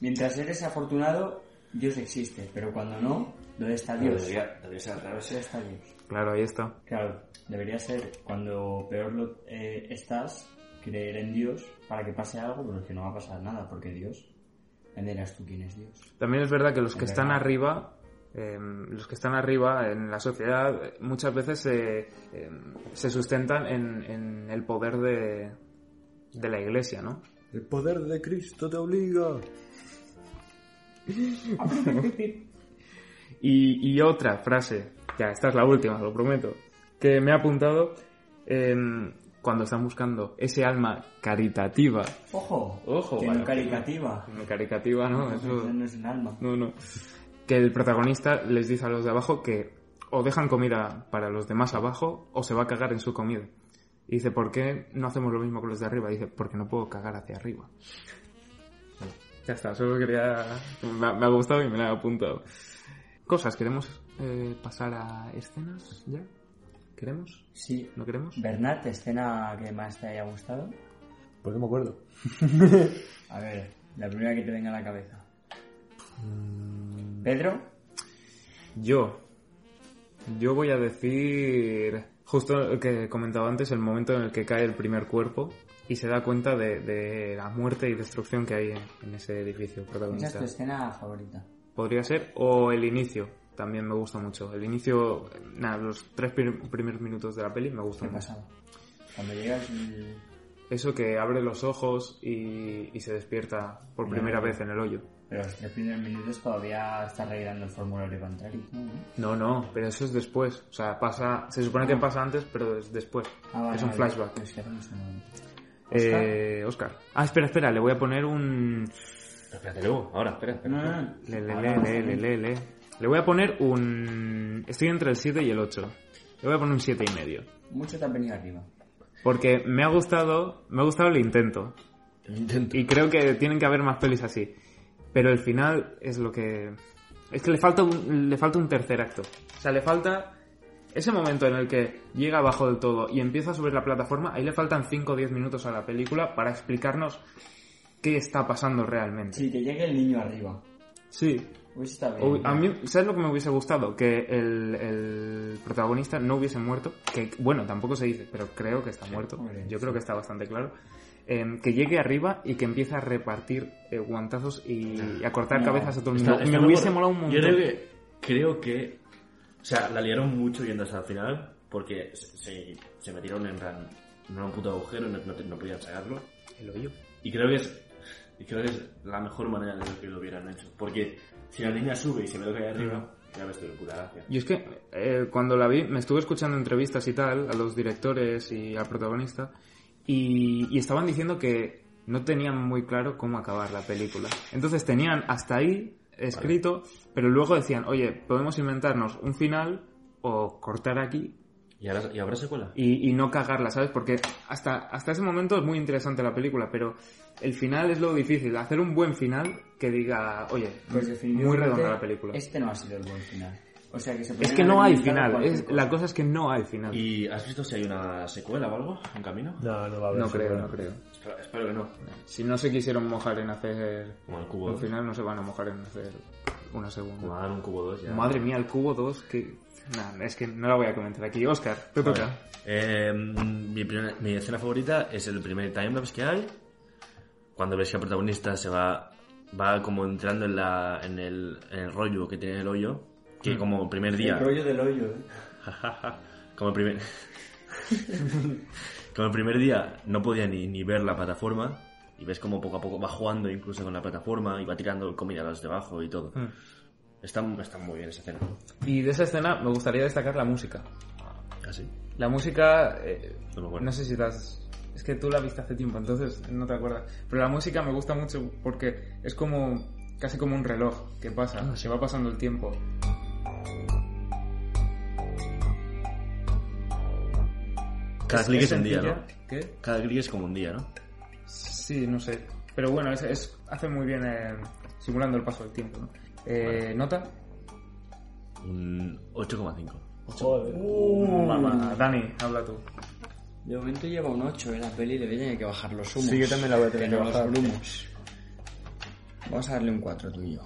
[SPEAKER 3] mientras eres afortunado, Dios existe, pero cuando no, ¿dónde está Dios? ¿Dónde
[SPEAKER 4] Debería, debería ser al revés.
[SPEAKER 3] está Dios?
[SPEAKER 1] Claro, ahí está.
[SPEAKER 3] Claro, debería ser cuando peor lo, eh, estás, creer en Dios para que pase algo, pero es que no va a pasar nada, porque Dios, venderás tú quién es Dios.
[SPEAKER 1] También es verdad que los que
[SPEAKER 3] Es
[SPEAKER 1] están
[SPEAKER 3] verdad.
[SPEAKER 1] arriba, eh, los que están arriba en la sociedad, eh, muchas veces eh, eh, se sustentan en, en el poder de, de la iglesia, ¿no?
[SPEAKER 2] El poder de Cristo te obliga.
[SPEAKER 1] Y, y otra frase, ya, esta es la última, lo prometo, que me ha apuntado em, cuando están buscando ese alma caritativa.
[SPEAKER 3] Ojo,
[SPEAKER 1] Ojo,
[SPEAKER 3] que
[SPEAKER 1] vale.
[SPEAKER 3] no caricativa.
[SPEAKER 1] No, caritativa, ¿no? Eso-
[SPEAKER 3] no es un alma.
[SPEAKER 1] no, no. Que el protagonista les dice a los de abajo que o dejan comida para los demás abajo o se va a cagar en su comida. Y dice, ¿por qué no hacemos lo mismo con los de arriba? Y dice, porque no puedo cagar hacia arriba. Bueno, ya está, solo quería... Me ha, me ha gustado y me la he apuntado. Cosas, ¿queremos eh, pasar a escenas ya? ¿Queremos?
[SPEAKER 3] Sí.
[SPEAKER 1] ¿No queremos?
[SPEAKER 3] Bernat, escena que más te haya gustado.
[SPEAKER 2] Pues no me acuerdo.
[SPEAKER 3] A ver, la primera que te venga a la cabeza.
[SPEAKER 1] Mm.
[SPEAKER 3] Pedro,
[SPEAKER 1] Yo. Yo voy a decir. Justo lo que comentaba antes, el momento en el que cae el primer cuerpo y se da cuenta de, de la muerte y destrucción que hay en, en ese edificio
[SPEAKER 3] esa es
[SPEAKER 1] protagonista.
[SPEAKER 3] tu escena favorita.
[SPEAKER 1] Podría ser, o el inicio, también me gusta mucho. El inicio, nada, los tres prim- primeros minutos de la peli me
[SPEAKER 3] ¿Qué
[SPEAKER 1] gustan mucho.
[SPEAKER 3] pasaba? Cuando llegas el-
[SPEAKER 1] Eso que abre los ojos y, y se despierta por
[SPEAKER 3] Ya.
[SPEAKER 1] primera vez en el hoyo.
[SPEAKER 3] Pero los tres primeros minutos todavía estás rellenando el formulario contrario. ¿no?
[SPEAKER 1] No, no, pero eso es después. O sea, pasa, se supone que pasa antes, pero es después.
[SPEAKER 3] Ah, vale,
[SPEAKER 1] es un
[SPEAKER 3] vale.
[SPEAKER 1] flashback.
[SPEAKER 3] Es que hacemos un momento. Oscar.
[SPEAKER 1] Eh, Oscar. Ah, espera, espera, le voy a poner un.
[SPEAKER 4] Espérate luego, ahora, espera, espera.
[SPEAKER 3] No, no, no.
[SPEAKER 1] Le, le,
[SPEAKER 3] Ahora
[SPEAKER 1] le,
[SPEAKER 3] vamos
[SPEAKER 1] le,
[SPEAKER 3] a
[SPEAKER 1] le,
[SPEAKER 3] ver.
[SPEAKER 1] le, le. Le voy a poner un. Estoy entre el 7 y el 8. Le voy a poner un 7 y medio.
[SPEAKER 3] Mucho te ha venido arriba.
[SPEAKER 1] Porque me ha gustado. Me ha gustado el intento.
[SPEAKER 4] Intento.
[SPEAKER 1] Y creo que tienen que haber más pelis así. Pero el final es lo que. Es que le falta un, le falta un tercer acto. O sea, le falta. Ese momento en el que llega abajo del todo y empieza a subir la plataforma, ahí le faltan 5 o 10 minutos a la película para explicarnos qué está pasando realmente.
[SPEAKER 3] Sí, que llegue el niño arriba.
[SPEAKER 1] Sí.
[SPEAKER 3] Uy, está bien.
[SPEAKER 1] O- a mí, ¿sabes lo que me hubiese gustado? Que el, el protagonista no hubiese muerto, que bueno, tampoco se dice, pero creo que está muerto,
[SPEAKER 3] hombre,
[SPEAKER 1] yo
[SPEAKER 3] sí.
[SPEAKER 1] creo que está bastante claro, Em, que llegue arriba y que empiece a repartir eh, guantazos y, y a cortar
[SPEAKER 3] No.
[SPEAKER 1] cabezas a todo el
[SPEAKER 4] Ah, Está-
[SPEAKER 1] mundo.
[SPEAKER 4] está
[SPEAKER 1] me
[SPEAKER 4] loco.
[SPEAKER 1] hubiese molado un
[SPEAKER 4] Yo
[SPEAKER 1] montón.
[SPEAKER 4] creo que, creo que. O sea, la liaron mucho yendo hasta el final porque se, se- se metieron en plan. No era un puto agujero, no, no te- no podían sacarlo.
[SPEAKER 1] El hoyo.
[SPEAKER 4] Y creo que es. Y creo que es la mejor manera de que lo hubieran hecho. Porque si la niña sube y se ve lo que hay arriba, ya ves tú, puta gracia.
[SPEAKER 1] Y es que eh, cuando la vi, me estuve escuchando entrevistas y tal a los directores y al protagonista y, y estaban diciendo que no tenían muy claro cómo acabar la película. Entonces tenían hasta ahí escrito, pero luego decían, oye, podemos inventarnos un final o cortar aquí
[SPEAKER 4] ¿Y, ahora, ¿Y habrá secuela?
[SPEAKER 1] y, y no cagarla, ¿sabes? Porque hasta, hasta ese momento es muy interesante la película, pero el final es lo difícil, hacer un buen final que diga, oye,
[SPEAKER 3] Pues
[SPEAKER 1] muy
[SPEAKER 3] definitivamente,
[SPEAKER 1] redonda la película. Es,
[SPEAKER 3] Este no ha sido el buen final. O sea que se
[SPEAKER 1] que no hay
[SPEAKER 3] podrían haber
[SPEAKER 1] final, es-
[SPEAKER 3] inventado
[SPEAKER 1] la cosa es que no hay final.
[SPEAKER 4] ¿Y has visto si hay una secuela o algo en camino?
[SPEAKER 2] No, no va a haber.
[SPEAKER 1] No creo,
[SPEAKER 2] secuela.
[SPEAKER 1] no creo.
[SPEAKER 4] Espero, espero que no.
[SPEAKER 1] Si no se quisieron mojar en hacer.
[SPEAKER 4] Como el cubo
[SPEAKER 1] Al
[SPEAKER 4] 2.
[SPEAKER 1] final no se van a mojar en hacer una
[SPEAKER 4] Como
[SPEAKER 1] segunda.
[SPEAKER 4] hagan un cubo 2 ya.
[SPEAKER 1] Madre mía, el cubo 2, que. Nah, es que no la voy a comentar aquí. Oscar, te toca.
[SPEAKER 4] Eh, mi, primer- mi escena favorita es el primer timelapse que hay. Cuando ves que el protagonista se va, va como entrando en, la, en, el, en el rollo que tiene el hoyo. Que como el primer día.
[SPEAKER 3] El rollo del hoyo, ¿eh?
[SPEAKER 4] como el primer. como el primer día no podía ni, ni ver la plataforma. Y ves como poco a poco va jugando incluso con la plataforma y va tirando comida a los debajo y todo.
[SPEAKER 1] Mm.
[SPEAKER 4] Está, está muy bien esa escena.
[SPEAKER 1] Y de esa escena me gustaría destacar la música.
[SPEAKER 4] Así.
[SPEAKER 1] La música. eh,
[SPEAKER 4] No me acuerdo.
[SPEAKER 1] no sé si la has- Es que tú la viste hace tiempo, entonces no te acuerdas. Pero la música me gusta mucho porque es como. casi como un reloj que pasa, se va pasando el tiempo.
[SPEAKER 4] Cada
[SPEAKER 1] Es-
[SPEAKER 4] clic es un día,
[SPEAKER 1] sencilla.
[SPEAKER 4] ¿no?
[SPEAKER 1] ¿Qué?
[SPEAKER 4] Cada clic es como un día, ¿no?
[SPEAKER 1] Sí, no sé. Pero bueno, es, es- hace muy bien eh, simulando el paso del tiempo. ¿no? Eh, ¿Nota?
[SPEAKER 4] Un 8,5.
[SPEAKER 2] Joder.
[SPEAKER 1] Uh. Mamá, Dani, habla tú.
[SPEAKER 3] De momento lleva un 8 en la peli, le voy a tener que bajar los humos.
[SPEAKER 2] Sí, yo también la voy a tener
[SPEAKER 3] Pero
[SPEAKER 2] que bajar.
[SPEAKER 3] los humos. Vamos a darle un 4 tú y yo.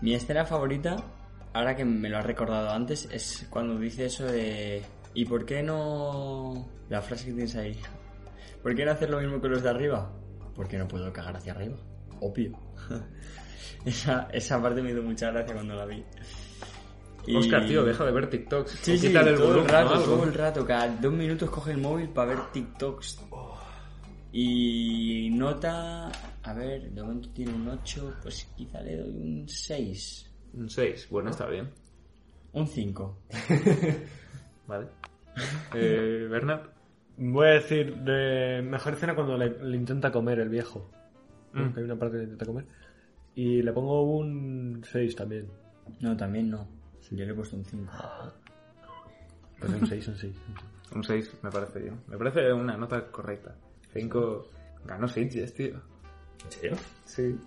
[SPEAKER 3] Mi escena favorita, ahora que me lo has recordado antes, es cuando dice eso de... ¿Y por qué no...? La frase que tienes ahí. ¿Por qué no hacer lo mismo que los de arriba? Porque no puedo cagar hacia arriba. Obvio. esa, esa parte me hizo mucha gracia cuando la vi. Y-
[SPEAKER 1] Oscar, tío, deja de ver TikToks.
[SPEAKER 3] Sí,
[SPEAKER 1] O
[SPEAKER 3] sí,
[SPEAKER 1] quítale el
[SPEAKER 3] todo el
[SPEAKER 1] volumen Ah, o
[SPEAKER 3] rato,
[SPEAKER 1] algo. Oh.
[SPEAKER 3] todo el rato. Cada dos minutos coge el móvil para ver TikToks. Y nota, a ver, de momento tiene un 8, pues quizá le doy un 6,
[SPEAKER 1] Un 6, bueno, está bien.
[SPEAKER 3] un 5.
[SPEAKER 1] Vale. Eh, Bernard.
[SPEAKER 2] Voy a decir, de mejor escena cuando le, le intenta comer el viejo. Que Hay una parte que le intenta comer. Y le pongo un 6 también.
[SPEAKER 3] No, también no. Yo le he puesto un 5.
[SPEAKER 2] Pues un 6, un 6.
[SPEAKER 1] Un 6, me parece bien. Me parece una nota correcta. 5. Ganó Sitges, tío.
[SPEAKER 4] ¿En serio?
[SPEAKER 1] Sí.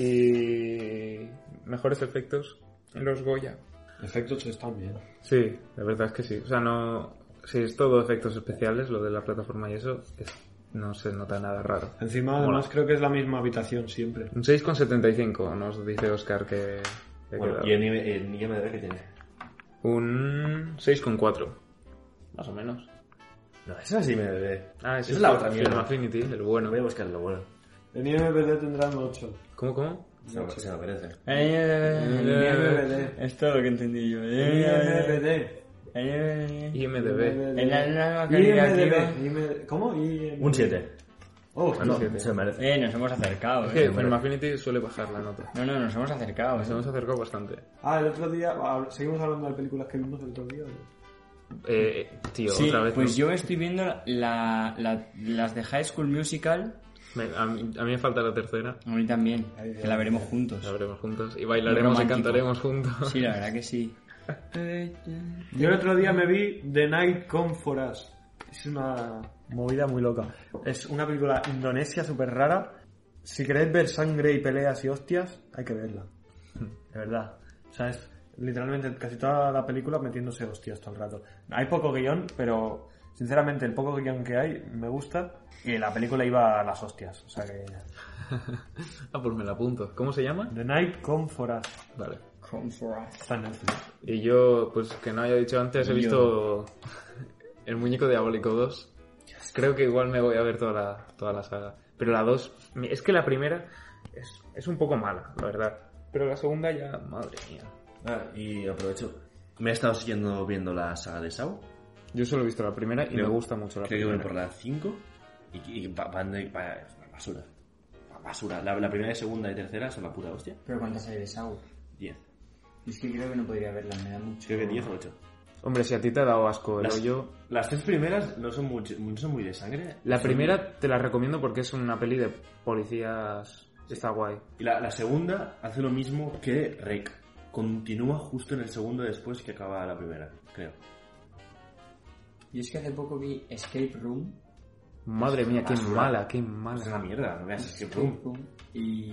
[SPEAKER 1] Y. Mejores efectos en los Goya.
[SPEAKER 4] Efectos están bien.
[SPEAKER 1] Sí, la verdad es que sí. O sea, no. Si es todo efectos especiales, lo de la plataforma y eso, es- no se nota nada raro.
[SPEAKER 5] Encima, además, creo que es la misma habitación siempre.
[SPEAKER 1] Un 6,75 nos dice Oscar que. que ha
[SPEAKER 4] Bueno,
[SPEAKER 1] quedado.
[SPEAKER 4] y en IM- en IMDB que tiene.
[SPEAKER 1] Un 6,4. Más o menos.
[SPEAKER 4] No, esa es IMDB.
[SPEAKER 1] Ah,
[SPEAKER 4] esa es la otra
[SPEAKER 1] Film
[SPEAKER 4] mierda.
[SPEAKER 1] Affinity, el bueno.
[SPEAKER 4] Voy a buscar lo bueno.
[SPEAKER 5] En IMBD tendrán 8.
[SPEAKER 1] ¿Cómo, cómo?
[SPEAKER 4] No, se me parece.
[SPEAKER 1] Eh,
[SPEAKER 3] es todo lo que entendí yo. eh,
[SPEAKER 1] Eh,
[SPEAKER 5] IMBD.
[SPEAKER 1] IMDB.
[SPEAKER 3] En la- en la nueva calidad,
[SPEAKER 5] IMDB. IMD. ¿Cómo? IMDb.
[SPEAKER 4] Un 7.
[SPEAKER 5] Oh,
[SPEAKER 1] Un
[SPEAKER 4] Ah, No,
[SPEAKER 1] siete.
[SPEAKER 4] se me parece.
[SPEAKER 3] Eh, nos hemos acercado,
[SPEAKER 1] Es
[SPEAKER 3] eh.
[SPEAKER 1] que Film Affinity suele bajar la nota.
[SPEAKER 3] No, no, nos hemos acercado.
[SPEAKER 1] Nos
[SPEAKER 3] eh.
[SPEAKER 1] hemos acercado bastante.
[SPEAKER 5] Ah, el otro día. ah, Seguimos hablando de películas que vimos el otro día. ¿no?
[SPEAKER 1] Eh, tío,
[SPEAKER 3] Sí,
[SPEAKER 1] otra vez.
[SPEAKER 3] pues
[SPEAKER 1] no-
[SPEAKER 3] yo estoy viendo la- la- las de High School Musical.
[SPEAKER 1] me- a, mí, a mí me falta la tercera.
[SPEAKER 3] A mí también, que la veremos
[SPEAKER 1] La
[SPEAKER 3] juntos.
[SPEAKER 1] veremos juntos. Y bailaremos y
[SPEAKER 3] Romántico.
[SPEAKER 1] cantaremos juntos.
[SPEAKER 3] Sí, la verdad que sí.
[SPEAKER 5] Yo el otro día me vi The Night Come For Us. Es una
[SPEAKER 2] Movida muy loca. Es una película indonesia súper rara. Si queréis ver sangre y peleas y hostias, hay que verla. De verdad. O sea, es literalmente casi toda la película metiéndose hostias todo el rato. Hay poco guión, pero sinceramente el poco guión que hay me gusta. Y la película iba a las hostias. O sea que...
[SPEAKER 1] Ah, pues me la apunto. ¿Cómo se llama?
[SPEAKER 2] The Night Come For Us.
[SPEAKER 1] Vale.
[SPEAKER 3] Come for us.
[SPEAKER 2] Está en Netflix.
[SPEAKER 1] Y yo, pues que no haya dicho antes, he
[SPEAKER 3] Yo.
[SPEAKER 1] visto El Muñeco Diabólico 2. Creo que igual me voy a ver toda la, toda la saga. Pero la 2, mi- es que la primera es, es un poco mala, la verdad. Pero la segunda ya, madre mía.
[SPEAKER 4] Ah, y aprovecho. Me he estado siguiendo viendo la saga de Sao.
[SPEAKER 1] Yo solo he visto la primera y
[SPEAKER 4] Creo-
[SPEAKER 1] me gusta mucho la
[SPEAKER 4] Creo que voy
[SPEAKER 1] primera.
[SPEAKER 4] por la 5 y, y va- van de va- es una basura. Basura. La, la primera, y segunda y tercera son la puta hostia.
[SPEAKER 3] Pero ¿cuántas hay de Saw?
[SPEAKER 4] 10.
[SPEAKER 3] Es que creo que no podría verla, me da mucho.
[SPEAKER 4] Creo que 10 o 8.
[SPEAKER 1] Hombre, si a ti te ha dado asco el
[SPEAKER 4] Las-
[SPEAKER 1] hoyo...
[SPEAKER 4] Las tres primeras no son, mucho, no son muy de sangre.
[SPEAKER 1] La
[SPEAKER 4] Son-
[SPEAKER 1] primera te la recomiendo porque es una peli de policías... Está guay.
[SPEAKER 4] Y la, la segunda hace lo mismo que Rec. Continúa justo en el segundo después que acaba la primera, creo.
[SPEAKER 3] Yo es que hace poco vi Escape Room.
[SPEAKER 1] Madre mía, qué
[SPEAKER 4] basura.
[SPEAKER 1] mala, qué
[SPEAKER 4] Es una
[SPEAKER 1] mala.
[SPEAKER 4] mierda, no veas, es que
[SPEAKER 3] Escape
[SPEAKER 4] pum.
[SPEAKER 3] Room. Y...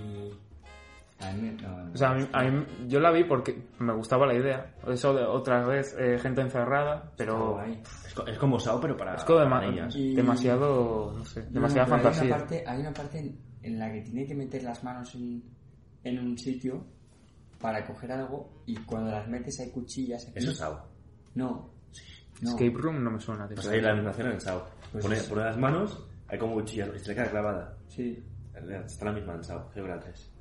[SPEAKER 3] A mí no, no.
[SPEAKER 1] O sea, a mí, a mí- yo la vi porque me gustaba la idea. Eso de otra vez, eh, gente encerrada,
[SPEAKER 3] Está
[SPEAKER 1] pero...
[SPEAKER 3] guay.
[SPEAKER 4] Es, co- es como Sao, pero para,
[SPEAKER 1] Es como
[SPEAKER 4] para
[SPEAKER 1] dema-
[SPEAKER 4] niñas.
[SPEAKER 3] Y-
[SPEAKER 1] demasiado... No sé,
[SPEAKER 3] No,
[SPEAKER 1] demasiada
[SPEAKER 3] no, pero Hay
[SPEAKER 1] fantasía.
[SPEAKER 3] una parte, hay una parte en, en la que tiene que meter las manos en, en un sitio para coger algo y cuando las metes hay cuchillas. aquí.
[SPEAKER 4] Eso es Sao.
[SPEAKER 3] No. no.
[SPEAKER 1] Escape Room no me suena. tío.
[SPEAKER 4] Pues ahí la animación en el Sao.
[SPEAKER 3] Pues
[SPEAKER 4] pone,
[SPEAKER 3] sí.
[SPEAKER 4] pone las manos, hay como cuchillas y se le queda clavada.
[SPEAKER 3] Sí.
[SPEAKER 4] Está la misma en Sao, creo que la 3.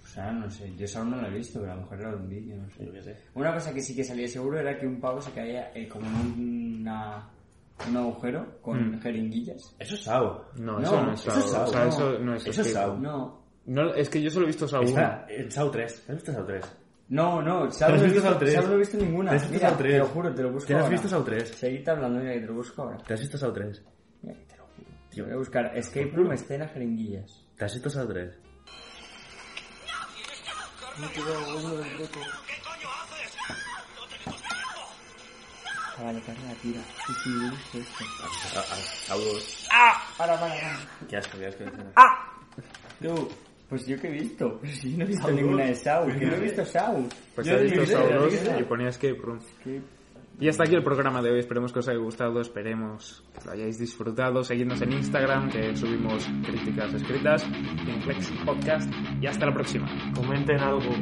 [SPEAKER 3] Pues ahora no sé. Yo solo no lo he visto, pero a lo mejor era un vídeo, no sé.
[SPEAKER 4] Yo qué sé.
[SPEAKER 3] Una cosa que sí que salía seguro era que un pavo se caía eh, como en una, un agujero
[SPEAKER 4] Mm.
[SPEAKER 3] con jeringuillas.
[SPEAKER 4] Eso es Sao.
[SPEAKER 1] No,
[SPEAKER 3] No,
[SPEAKER 1] eso no es
[SPEAKER 4] eso
[SPEAKER 1] Saw.
[SPEAKER 4] es Saw,
[SPEAKER 1] o sea,
[SPEAKER 4] no.
[SPEAKER 1] eso no es
[SPEAKER 4] Eso es
[SPEAKER 1] Escape
[SPEAKER 4] Saw.
[SPEAKER 1] Room.
[SPEAKER 3] No.
[SPEAKER 1] No, es que yo solo he visto Saw 1.
[SPEAKER 4] Está en Sao 3. ¿Has visto Sao 3?
[SPEAKER 3] No, no, Saúl
[SPEAKER 4] has
[SPEAKER 3] no he
[SPEAKER 4] visto
[SPEAKER 3] visto,
[SPEAKER 4] Saw tres?
[SPEAKER 3] Saúl no he visto ninguna.
[SPEAKER 4] ¿Te has visto
[SPEAKER 3] Mira,
[SPEAKER 4] Saw tres?
[SPEAKER 3] te lo juro, te lo busco
[SPEAKER 4] ¿Te has
[SPEAKER 3] ahora.
[SPEAKER 4] visto Saw 3?
[SPEAKER 3] Seguid hablando, mira, que te lo busco ahora.
[SPEAKER 4] ¿Te has visto Sao 3?
[SPEAKER 3] Mira, que te lo juro. Tío, voy a buscar Escape Room, escenas jeringuillas.
[SPEAKER 4] ¿Te has visto Sao 3?
[SPEAKER 3] Ah, vale, carga la tira. Sí, sí, yo he visto esto.
[SPEAKER 4] Sao 2.
[SPEAKER 3] Para, para, para.
[SPEAKER 4] Qué asco, qué asco. qué asco.
[SPEAKER 3] Tú, pues yo que he visto. Pues yo no he visto ninguna de Saúl. Que no he visto Saúl.
[SPEAKER 1] Pues
[SPEAKER 3] Yo
[SPEAKER 1] he visto
[SPEAKER 3] ni
[SPEAKER 1] Saw
[SPEAKER 3] idea, ni
[SPEAKER 1] 2
[SPEAKER 3] idea.
[SPEAKER 1] y ponía Escape Room.
[SPEAKER 3] Que-
[SPEAKER 1] Y hasta aquí el programa de hoy. Esperemos que os haya gustado, esperemos que lo hayáis disfrutado. Seguidnos en Instagram, que subimos críticas escritas, en Flex Podcast. Y hasta la próxima.
[SPEAKER 2] Comenten algo.